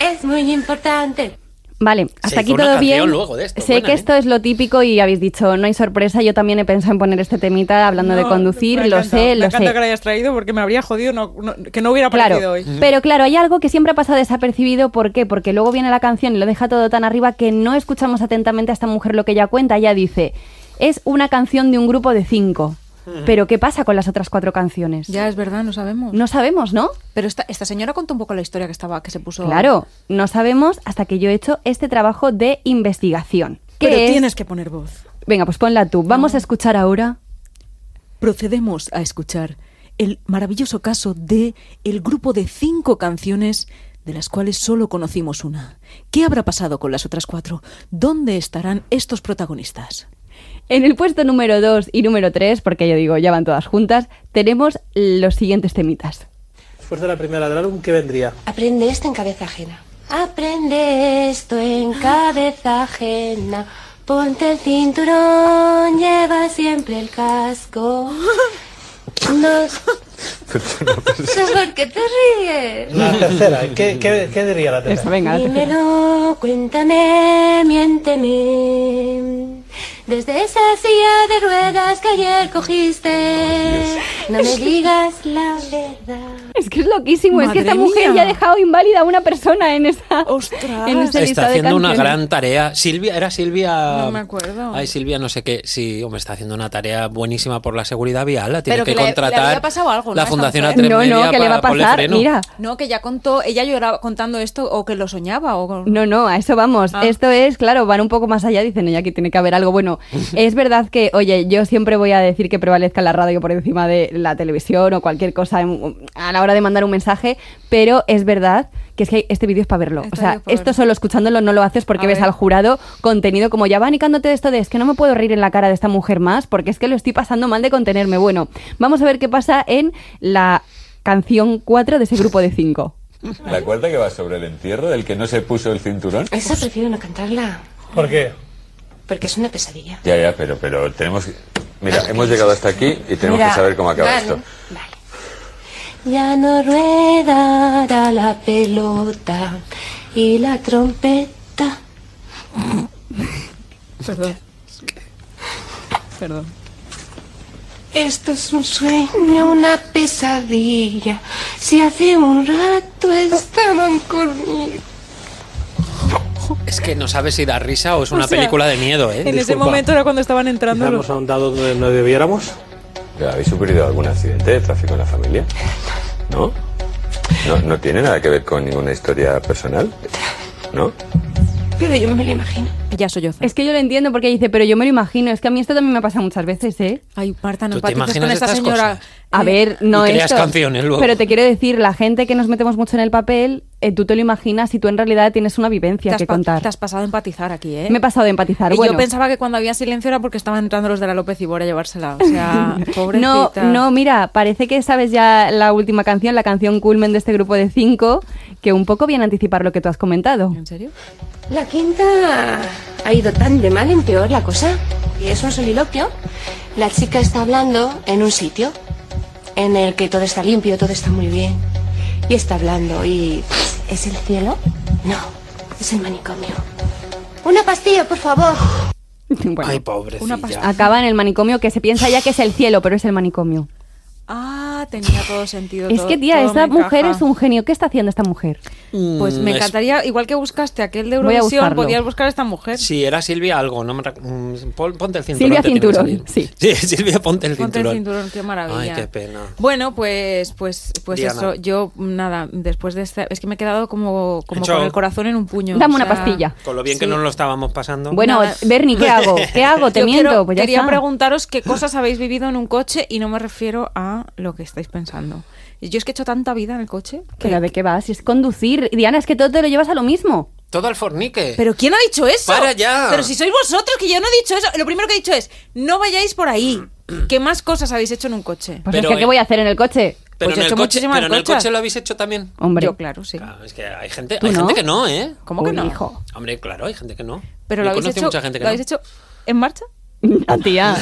[SPEAKER 8] es muy importante.
[SPEAKER 2] Vale, hasta
[SPEAKER 1] Se hizo
[SPEAKER 2] aquí
[SPEAKER 1] una
[SPEAKER 2] todo
[SPEAKER 1] canción
[SPEAKER 2] bien.
[SPEAKER 1] luego de esto,
[SPEAKER 2] sé
[SPEAKER 1] buena,
[SPEAKER 2] que
[SPEAKER 1] ¿eh?
[SPEAKER 2] esto es lo típico y habéis dicho, no hay sorpresa, yo también he pensado en poner este temita hablando de
[SPEAKER 3] No,
[SPEAKER 2] conducir,
[SPEAKER 3] me
[SPEAKER 2] lo sé,
[SPEAKER 3] encanta, Me
[SPEAKER 2] lo
[SPEAKER 3] encanta
[SPEAKER 2] sé.
[SPEAKER 3] que lo hayas traído porque me habría jodido no- no- que no hubiera aparecido
[SPEAKER 2] Claro,
[SPEAKER 3] hoy.
[SPEAKER 2] pero claro, hay algo que siempre pasa desapercibido, ¿por qué? Porque luego viene la canción y lo deja todo tan arriba que no escuchamos atentamente a esta mujer lo que ella cuenta, ella dice, es una canción de un grupo de cinco, pero ¿qué pasa con las otras cuatro canciones?
[SPEAKER 3] Ya es verdad, no sabemos.
[SPEAKER 2] No sabemos, ¿no?
[SPEAKER 3] Pero esta, esta señora contó un poco la historia que estaba, que se puso.
[SPEAKER 2] Claro, no sabemos hasta que yo he hecho este trabajo de investigación. ¿Qué
[SPEAKER 3] Pero
[SPEAKER 2] es?
[SPEAKER 3] tienes que poner voz.
[SPEAKER 2] Venga, pues ponla tú. Vamos a escuchar ahora
[SPEAKER 3] Procedemos a escuchar el maravilloso caso de el grupo de cinco canciones de las cuales solo conocimos una. ¿Qué habrá pasado con las otras cuatro? ¿Dónde estarán estos protagonistas?
[SPEAKER 2] En el puesto número 2 y número 3, porque yo digo, ya van todas juntas, tenemos los siguientes temitas.
[SPEAKER 9] Después de la primera del álbum, ¿qué vendría?
[SPEAKER 8] Aprende esto en cabeza ajena. Aprende esto en cabeza ajena. Ponte el cinturón, lleva siempre el casco. No. ¿Por qué te ríes?
[SPEAKER 9] La tercera, ¿eh? ¿qué, qué, qué diría la
[SPEAKER 2] Eso,
[SPEAKER 9] tercera?
[SPEAKER 2] venga.
[SPEAKER 8] Dímelo, cuéntame, miénteme. Desde esa silla de ruedas que ayer cogiste, no me digas la verdad.
[SPEAKER 2] Es que es loquísimo, es que
[SPEAKER 3] Madre
[SPEAKER 2] esta mujer
[SPEAKER 3] mía.
[SPEAKER 2] ya ha dejado inválida a una persona en esa.
[SPEAKER 3] Ostras.
[SPEAKER 2] En ese
[SPEAKER 1] Está
[SPEAKER 2] listado de
[SPEAKER 1] haciendo una
[SPEAKER 2] canciones.
[SPEAKER 1] gran tarea. Silvia, era Silvia.
[SPEAKER 3] No me acuerdo.
[SPEAKER 1] Ay, Silvia, no sé qué. Sí, me está haciendo una tarea buenísima por la seguridad vial. La tiene
[SPEAKER 3] Pero
[SPEAKER 1] que,
[SPEAKER 3] que le- le
[SPEAKER 1] contratar.
[SPEAKER 3] había pasado algo, ¿no?
[SPEAKER 1] La
[SPEAKER 3] Esta
[SPEAKER 1] Fundación
[SPEAKER 3] mujer.
[SPEAKER 1] A3
[SPEAKER 2] No, no,
[SPEAKER 1] Media
[SPEAKER 2] ¿qué le va
[SPEAKER 1] para
[SPEAKER 2] a
[SPEAKER 1] ponerle
[SPEAKER 2] pasar?
[SPEAKER 1] freno.
[SPEAKER 2] Mira.
[SPEAKER 3] No, que ya contó, ella lloraba contando esto o que lo soñaba o
[SPEAKER 2] No, no, a eso vamos.
[SPEAKER 3] Ah.
[SPEAKER 2] Esto es, claro, van un poco más allá, dicen, oye, aquí tiene que haber algo bueno. es verdad que, oye, yo siempre voy a decir que prevalezca la radio por encima de la televisión o cualquier cosa en- a la hora de mandar un mensaje, pero es verdad que es que este vídeo es para verlo.
[SPEAKER 3] Este
[SPEAKER 2] o sea,
[SPEAKER 3] vídeo es pa'
[SPEAKER 2] esto
[SPEAKER 3] verlo.
[SPEAKER 2] solo escuchándolo no lo haces porque
[SPEAKER 3] A
[SPEAKER 2] ves
[SPEAKER 3] ver.
[SPEAKER 2] al jurado contenido como ya abanicándote de esto de es que no me puedo reír en la cara de esta mujer más porque es que lo estoy pasando mal de contenerme. Bueno, vamos a ver qué pasa en la canción 4 de ese grupo de 5.
[SPEAKER 10] ¿La cuarta que va sobre el entierro del que no se puso el cinturón?
[SPEAKER 8] Esa prefiero no cantarla,
[SPEAKER 9] ¿Por qué?
[SPEAKER 8] porque es una pesadilla.
[SPEAKER 10] Ya, ya, pero, pero tenemos que... Mira, hemos llegado hasta aquí y tenemos
[SPEAKER 8] Mira,
[SPEAKER 10] que saber cómo acaba
[SPEAKER 8] vale,
[SPEAKER 10] esto.
[SPEAKER 8] vale. Ya no ruedará la pelota y la trompeta.
[SPEAKER 3] Perdón. Perdón.
[SPEAKER 8] Esto es un sueño, una pesadilla. Si hace un rato estaban conmigo.
[SPEAKER 1] Es que no sabes si da risa o es
[SPEAKER 3] O
[SPEAKER 1] una
[SPEAKER 3] sea,
[SPEAKER 1] película de miedo, ¿eh?
[SPEAKER 3] En ese momento era cuando estaban entrando los...
[SPEAKER 9] ¿Estamos a un dado donde no debiéramos?
[SPEAKER 10] ¿Habéis sufrido algún accidente de tráfico en la familia? ¿No? ¿No, no tiene nada que ver con ninguna historia personal? ¿No?
[SPEAKER 2] Pero yo me lo imagino.
[SPEAKER 3] Ya soy yo.
[SPEAKER 2] Es que yo lo entiendo porque dice, pero yo me lo imagino. Es que a mí esto también me ha pasado muchas veces, ¿eh?
[SPEAKER 3] Ay, Marta,
[SPEAKER 1] no ¿Tú te empatices imaginas con esta estas señora. cosas?
[SPEAKER 2] A ver, no
[SPEAKER 1] Y
[SPEAKER 2] es.
[SPEAKER 1] creas canciones luego.
[SPEAKER 2] Pero te quiero decir, la gente que nos metemos mucho en el papel, eh, tú te lo imaginas y tú en realidad tienes una
[SPEAKER 3] Te
[SPEAKER 2] vivencia
[SPEAKER 3] has
[SPEAKER 2] que
[SPEAKER 3] pa-
[SPEAKER 2] contar.
[SPEAKER 3] Te has pasado a empatizar aquí, ¿eh?
[SPEAKER 2] Me he pasado de empatizar.
[SPEAKER 3] Y
[SPEAKER 2] bueno.
[SPEAKER 3] yo pensaba que cuando había silencio era porque estaban entrando los de la López y Bora a llevársela. O sea,
[SPEAKER 2] No,
[SPEAKER 3] pobrecita.
[SPEAKER 2] no, mira, parece que sabes ya la última canción, la canción culmen de este grupo de cinco, que un poco viene a anticipar lo que tú has comentado.
[SPEAKER 3] ¿En serio?
[SPEAKER 8] La quinta ha ido tan de mal en peor la cosa. Y es un soliloquio. La chica está hablando en un sitio en el que todo está limpio, todo está muy bien. Y está hablando y... ¿Es el cielo? No, es el manicomio. Una pastilla, por favor.
[SPEAKER 1] Ay, pobrecilla.
[SPEAKER 2] Acaba en el manicomio que se piensa ya que es el cielo, pero es el manicomio.
[SPEAKER 3] Ah, tenía todo sentido.
[SPEAKER 2] Es
[SPEAKER 3] todo-
[SPEAKER 2] que, tía,
[SPEAKER 3] todo
[SPEAKER 2] esta
[SPEAKER 3] me
[SPEAKER 2] mujer
[SPEAKER 3] encaja.
[SPEAKER 2] es un genio. ¿Qué está haciendo esta mujer?
[SPEAKER 3] Pues me
[SPEAKER 1] Mm, es-
[SPEAKER 3] encantaría, igual que buscaste aquel de
[SPEAKER 2] Voy a
[SPEAKER 3] Eurovisión,
[SPEAKER 2] buscarlo.
[SPEAKER 3] podías buscar a esta mujer.
[SPEAKER 1] Si era Silvia algo, no me rec- mm, pon- ponte el cinturón.
[SPEAKER 2] Silvia
[SPEAKER 1] te tiene que
[SPEAKER 2] Cinturón,
[SPEAKER 1] salir.
[SPEAKER 2] sí.
[SPEAKER 1] Sí, Silvia, ponte el
[SPEAKER 3] Ponte el
[SPEAKER 1] cinturón.
[SPEAKER 3] cinturón, qué maravilla.
[SPEAKER 1] Ay, qué pena.
[SPEAKER 3] Bueno, pues, pues, pues
[SPEAKER 1] Diana.
[SPEAKER 3] eso. Yo nada. Después de esta, es que me he quedado como, como
[SPEAKER 1] Hecho.
[SPEAKER 3] con el corazón en un puño.
[SPEAKER 2] Dame
[SPEAKER 3] o
[SPEAKER 2] una
[SPEAKER 3] sea,
[SPEAKER 2] pastilla.
[SPEAKER 1] Con lo bien que
[SPEAKER 3] sí.
[SPEAKER 1] no lo estábamos pasando.
[SPEAKER 2] Bueno,
[SPEAKER 3] Nada.
[SPEAKER 2] Bernie, ¿qué hago? ¿Qué hago? Te
[SPEAKER 3] Yo
[SPEAKER 2] miento.
[SPEAKER 3] quiero-
[SPEAKER 2] pues ya
[SPEAKER 3] quería
[SPEAKER 2] está.
[SPEAKER 3] preguntaros qué cosas habéis vivido en un coche y no me refiero a lo que estáis pensando. Yo es que he hecho tanta vida en el coche.
[SPEAKER 2] Pero de qué vas, si es conducir. Diana, es que todo te lo llevas a lo mismo.
[SPEAKER 1] Todo al fornique.
[SPEAKER 3] ¿Pero quién ha dicho eso?
[SPEAKER 1] Para ya.
[SPEAKER 3] Pero si sois vosotros, que yo no he dicho eso. Lo primero que he dicho es, no vayáis por ahí. ¿Qué más cosas habéis hecho en un coche?
[SPEAKER 2] Pues
[SPEAKER 1] Pero,
[SPEAKER 2] es que, ¿qué
[SPEAKER 1] eh,
[SPEAKER 2] voy a hacer en el coche?
[SPEAKER 1] Pero
[SPEAKER 3] pues
[SPEAKER 1] en,
[SPEAKER 3] he
[SPEAKER 1] el
[SPEAKER 3] hecho
[SPEAKER 1] coche,
[SPEAKER 3] muchísimas
[SPEAKER 1] pero en el
[SPEAKER 3] cosas.
[SPEAKER 1] coche lo habéis hecho también.
[SPEAKER 2] Hombre.
[SPEAKER 3] Yo, claro, sí.
[SPEAKER 1] Claro, es que hay gente,
[SPEAKER 2] ¿Tú
[SPEAKER 1] hay
[SPEAKER 2] no?
[SPEAKER 1] gente que no, ¿eh?
[SPEAKER 3] ¿Cómo que
[SPEAKER 2] Uy,
[SPEAKER 3] no?
[SPEAKER 2] hijo.
[SPEAKER 1] Hombre, claro, hay gente que no.
[SPEAKER 3] Pero
[SPEAKER 1] Yo
[SPEAKER 3] lo habéis
[SPEAKER 1] conocí
[SPEAKER 3] hecho,
[SPEAKER 1] mucha gente que
[SPEAKER 3] ¿lo habéis
[SPEAKER 1] no.
[SPEAKER 3] hecho en marcha?
[SPEAKER 2] La tía.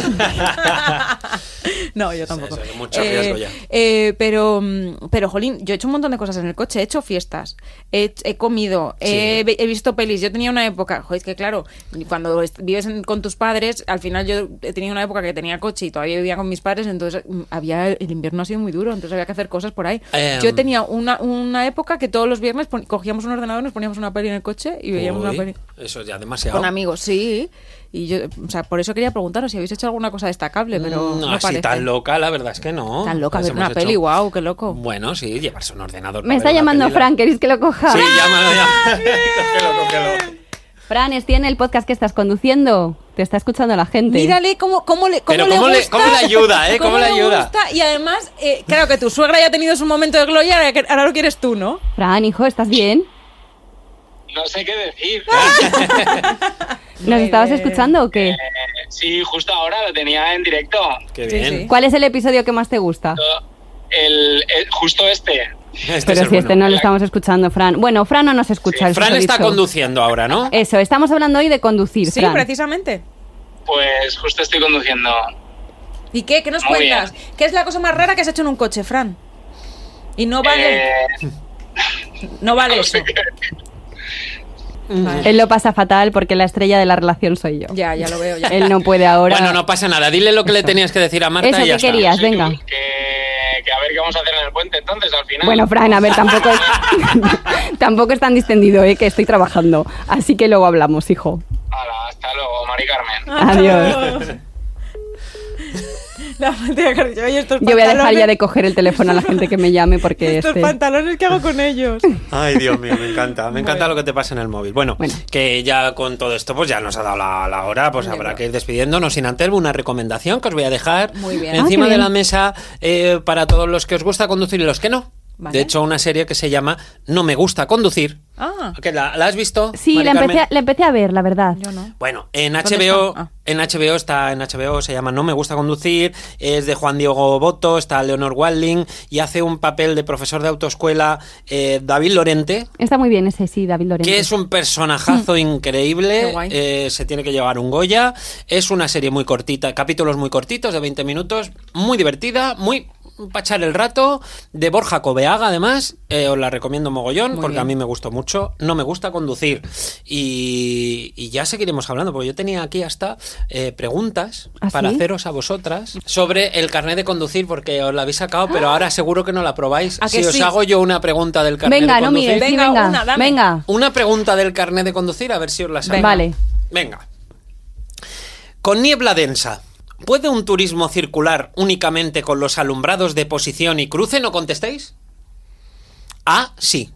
[SPEAKER 3] No, yo tampoco.
[SPEAKER 1] eso es mucho riesgo ya.
[SPEAKER 3] eh, pero, mm, pero, jolín, yo he hecho un montón de cosas en el coche. He hecho fiestas, he, he comido, he, he visto pelis. Yo tenía una época, joder, es que claro, cuando est- vives en- con tus padres, al final yo he tenido una época que tenía coche y todavía vivía con mis padres, entonces mm, había el invierno ha sido muy duro, entonces había que hacer cosas por ahí.
[SPEAKER 1] Em.
[SPEAKER 3] yo tenía una, una época que todos los viernes pon- cogíamos un ordenador, nos poníamos una peli en el coche y veíamos
[SPEAKER 1] Uy,
[SPEAKER 3] una peli.
[SPEAKER 1] Eso ya demasiado.
[SPEAKER 3] Con amigos, sí. Y yo, o sea, por eso quería preguntaros si habéis hecho alguna cosa destacable, pero
[SPEAKER 1] Mm,
[SPEAKER 3] no,
[SPEAKER 1] así
[SPEAKER 3] parece.
[SPEAKER 1] tan loca, la verdad es que no.
[SPEAKER 3] Tan loca,
[SPEAKER 1] Las
[SPEAKER 3] ver una
[SPEAKER 1] hemos
[SPEAKER 3] peli,
[SPEAKER 1] hecho-
[SPEAKER 3] guau, qué loco.
[SPEAKER 1] Bueno, sí, llevarse un ordenador.
[SPEAKER 2] Me
[SPEAKER 1] para
[SPEAKER 2] está
[SPEAKER 1] ver una
[SPEAKER 2] llamando ¡Ah!
[SPEAKER 1] peli, la-
[SPEAKER 2] Fran, ¿queréis que lo coja?
[SPEAKER 1] Sí, llámalo ya. Cógelo, cógelo.
[SPEAKER 2] Fran, estoy en el podcast que estás conduciendo. Te está escuchando la gente.
[SPEAKER 3] Mírale cómo, cómo le cómo
[SPEAKER 1] Pero
[SPEAKER 3] le
[SPEAKER 1] cómo le-
[SPEAKER 3] gusta,
[SPEAKER 1] cómo le ayuda, ¿eh? Cómo le ayuda.
[SPEAKER 3] gusta. Y además, eh, claro que tu suegra ya ha tenido su momento de gloria, ahora que- ahora lo quieres tú, ¿no?
[SPEAKER 2] Fran, hijo, ¿estás bien?
[SPEAKER 11] No sé qué decir.
[SPEAKER 2] ¿Nos estabas escuchando o qué?
[SPEAKER 11] Eh, sí, justo ahora lo tenía en directo.
[SPEAKER 1] Qué
[SPEAKER 3] Sí,
[SPEAKER 1] bien.
[SPEAKER 3] sí.
[SPEAKER 2] ¿Cuál es el episodio que más te gusta?
[SPEAKER 11] El, el- justo este.
[SPEAKER 1] Este
[SPEAKER 2] Pero
[SPEAKER 1] es el
[SPEAKER 2] si este
[SPEAKER 1] bueno.
[SPEAKER 2] no lo estamos escuchando, Fran. Bueno, Fran no nos escucha. eso
[SPEAKER 1] Fran
[SPEAKER 2] os he
[SPEAKER 1] está
[SPEAKER 2] dicho.
[SPEAKER 1] conduciendo ahora, ¿no?
[SPEAKER 2] Eso, estamos hablando hoy de conducir,
[SPEAKER 3] Sí,
[SPEAKER 2] Fran.
[SPEAKER 3] precisamente.
[SPEAKER 11] Pues justo estoy conduciendo.
[SPEAKER 3] ¿Y qué? ¿Qué nos
[SPEAKER 11] Muy
[SPEAKER 3] cuentas? ¿Qué es la cosa más rara que has hecho en un coche, Fran? Y no vale,
[SPEAKER 11] Eh,
[SPEAKER 2] Pues
[SPEAKER 3] no vale eso.
[SPEAKER 2] Él lo pasa fatal porque la estrella de la relación soy yo.
[SPEAKER 3] Ya, ya lo veo. Ya.
[SPEAKER 2] Él no puede ahora.
[SPEAKER 1] Bueno, no pasa nada. Dile lo que le
[SPEAKER 2] Eso.
[SPEAKER 1] tenías que decir a Marta y
[SPEAKER 2] Eso
[SPEAKER 1] ya
[SPEAKER 2] que
[SPEAKER 1] está.
[SPEAKER 2] querías, Pues venga.
[SPEAKER 11] que, que a ver qué vamos a hacer en el puente entonces al final.
[SPEAKER 2] Bueno, Fran, a ver, tampoco es, tampoco es tan distendido, ¿eh? que estoy trabajando. Así que luego hablamos, hijo.
[SPEAKER 11] Hala, hasta luego, Mari Carmen.
[SPEAKER 2] Adiós.
[SPEAKER 3] Ah, La falta de cariño. Oye, estos
[SPEAKER 2] Yo voy a dejar ya
[SPEAKER 3] pantalones-
[SPEAKER 2] de coger el teléfono a la gente que me llame porque
[SPEAKER 3] Estos
[SPEAKER 2] este...
[SPEAKER 3] pantalones que hago con ellos.
[SPEAKER 1] Ay, Dios mío, me encanta. Me encanta lo que te pasa en el móvil. Bueno,
[SPEAKER 2] Bueno.
[SPEAKER 1] que ya con todo esto, pues ya nos ha dado la, la hora, pues habrá que ir despidiéndonos. Sin antes, una recomendación que os voy a dejar
[SPEAKER 3] Muy bien.
[SPEAKER 2] Ah, qué
[SPEAKER 1] encima de
[SPEAKER 2] bien.
[SPEAKER 1] la mesa eh, para todos los que os gusta conducir y los que no.
[SPEAKER 3] Vale.
[SPEAKER 1] De hecho, una serie que se llama No me gusta conducir.
[SPEAKER 3] Ah,
[SPEAKER 1] ¿Que la, la has visto?
[SPEAKER 2] Sí,
[SPEAKER 1] Mari
[SPEAKER 2] la empecé,
[SPEAKER 1] Carmen?
[SPEAKER 2] a, la empecé a ver, la verdad.
[SPEAKER 3] yo no.
[SPEAKER 1] Bueno, en
[SPEAKER 3] ¿Dónde
[SPEAKER 1] HBO,
[SPEAKER 3] está? Ah.
[SPEAKER 1] en HBO está, en HBO se llama No me gusta conducir, es de Juan Diego Boto, está Leonor Wadling y hace un papel de profesor de autoescuela eh, David Lorente,
[SPEAKER 2] Está muy bien ese, sí, David Lorente.
[SPEAKER 1] que es un personajazo
[SPEAKER 3] Qué
[SPEAKER 1] increíble,
[SPEAKER 3] guay.
[SPEAKER 1] eh, se tiene que llevar un Goya, es una serie muy cortita, capítulos muy cortitos de 20 minutos, muy divertida, muy para echar el rato, de Borja Cobeaga, además. Eh, os la recomiendo mogollón,
[SPEAKER 12] Muy
[SPEAKER 1] porque a
[SPEAKER 12] bien.
[SPEAKER 1] mí me gustó mucho. No me gusta conducir. Y, y ya seguiremos hablando, porque yo tenía aquí hasta eh, preguntas
[SPEAKER 12] ¿Ah,
[SPEAKER 1] para
[SPEAKER 12] sí?
[SPEAKER 1] haceros a vosotras sobre el carnet de conducir, porque os la habéis sacado, pero ahora seguro que no la probáis.
[SPEAKER 2] ¿A
[SPEAKER 1] Si
[SPEAKER 2] que
[SPEAKER 1] os
[SPEAKER 2] sí?
[SPEAKER 1] hago yo una pregunta del carnet
[SPEAKER 2] Venga,
[SPEAKER 1] de
[SPEAKER 2] no,
[SPEAKER 1] conducir.
[SPEAKER 2] Miguel, sí, venga, venga.
[SPEAKER 1] Una pregunta del carnet de conducir, a ver si os la saco.
[SPEAKER 2] Vale.
[SPEAKER 1] Venga. Con niebla densa, ¿puede un turismo circular únicamente con los alumbrados de posición y cruce? ¿No contestéis? A. Sí.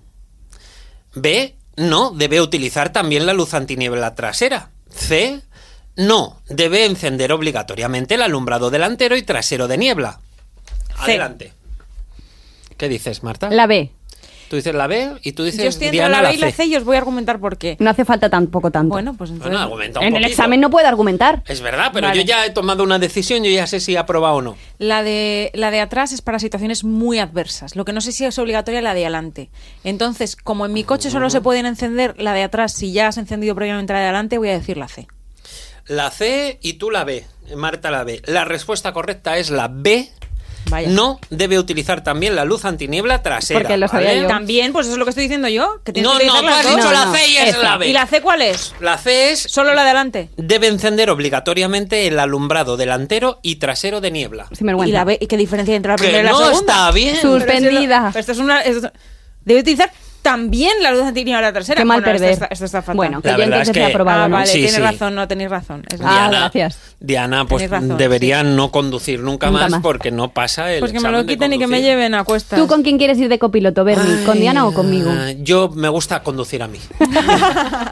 [SPEAKER 1] B. No, debe utilizar también la luz antiniebla trasera. C. No, debe encender obligatoriamente el alumbrado delantero y trasero de niebla. Adelante. ¿Qué dices, Marta?
[SPEAKER 2] La B.
[SPEAKER 1] Tú dices la B y tú dices
[SPEAKER 3] Yo estoy entre
[SPEAKER 1] Diana
[SPEAKER 3] la B y la C y os voy a argumentar por qué.
[SPEAKER 2] No hace falta tampoco tanto. Bueno,
[SPEAKER 3] pues
[SPEAKER 1] Bueno, argumenta un
[SPEAKER 2] En el
[SPEAKER 1] poquito.
[SPEAKER 2] examen no puede argumentar.
[SPEAKER 1] Es verdad, pero
[SPEAKER 3] Vale.
[SPEAKER 1] yo ya he tomado una decisión, yo ya sé si he aprobado o no.
[SPEAKER 3] La de, la de atrás es para situaciones muy adversas. Lo que no sé si es obligatoria la de adelante. Entonces, como en mi coche solo se pueden encender la de atrás, si ya has encendido previamente la de adelante, voy a decir la C.
[SPEAKER 1] La C y tú la B. Marta la B. La respuesta correcta es la B.
[SPEAKER 3] Vaya.
[SPEAKER 1] No debe utilizar también la luz antiniebla trasera. ¿vale?
[SPEAKER 3] También, pues eso es lo que estoy diciendo yo. Que tienes
[SPEAKER 1] No,
[SPEAKER 3] que
[SPEAKER 1] no,
[SPEAKER 3] utilizar
[SPEAKER 1] tú
[SPEAKER 3] las
[SPEAKER 1] has
[SPEAKER 3] dos.
[SPEAKER 1] dicho la C y es
[SPEAKER 3] esa.
[SPEAKER 1] la B.
[SPEAKER 3] ¿Y la C cuál es?
[SPEAKER 1] La C es...
[SPEAKER 3] Solo la de adelante.
[SPEAKER 1] Debe encender obligatoriamente el alumbrado delantero y trasero de niebla.
[SPEAKER 3] ¿Y, la B, ¿Y qué diferencia hay entre la
[SPEAKER 1] Que
[SPEAKER 3] primera y la
[SPEAKER 1] no
[SPEAKER 3] segunda?
[SPEAKER 1] está bien.
[SPEAKER 2] Suspendida.
[SPEAKER 3] Pero esto es una... esto- debe utilizar también la luz antiniebla de la tercera.
[SPEAKER 2] Qué mal
[SPEAKER 3] Bueno,
[SPEAKER 2] perder.
[SPEAKER 3] Esto está, esto está fatal.
[SPEAKER 2] Bueno,
[SPEAKER 1] que La yo verdad entonces es que- he aprobado,
[SPEAKER 3] Ah,
[SPEAKER 1] ¿no?
[SPEAKER 3] vale,
[SPEAKER 1] Sí,
[SPEAKER 3] tienes
[SPEAKER 1] sí.
[SPEAKER 3] razón, no tenéis razón. Es-
[SPEAKER 2] Ah, gracias.
[SPEAKER 1] Diana, pues
[SPEAKER 3] Tienes razón,
[SPEAKER 1] debería no conducir nunca,
[SPEAKER 2] Nunca
[SPEAKER 1] más,
[SPEAKER 2] más.
[SPEAKER 1] porque no pasa el
[SPEAKER 3] Pues que me lo
[SPEAKER 1] examen de
[SPEAKER 3] quiten y que me
[SPEAKER 1] conducir.
[SPEAKER 3] lleven a cuestas.
[SPEAKER 2] ¿Tú con quién quieres ir de copiloto, Bernie? ¿Con Diana o conmigo?
[SPEAKER 1] Ah, Yo me gusta conducir a mí.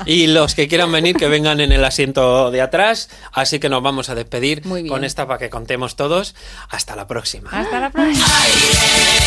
[SPEAKER 1] y los que quieran venir, que vengan en el asiento de atrás. Así que nos vamos a despedir
[SPEAKER 3] Muy bien.
[SPEAKER 1] con esta para que contemos todos. Hasta la próxima.
[SPEAKER 3] Hasta la próxima.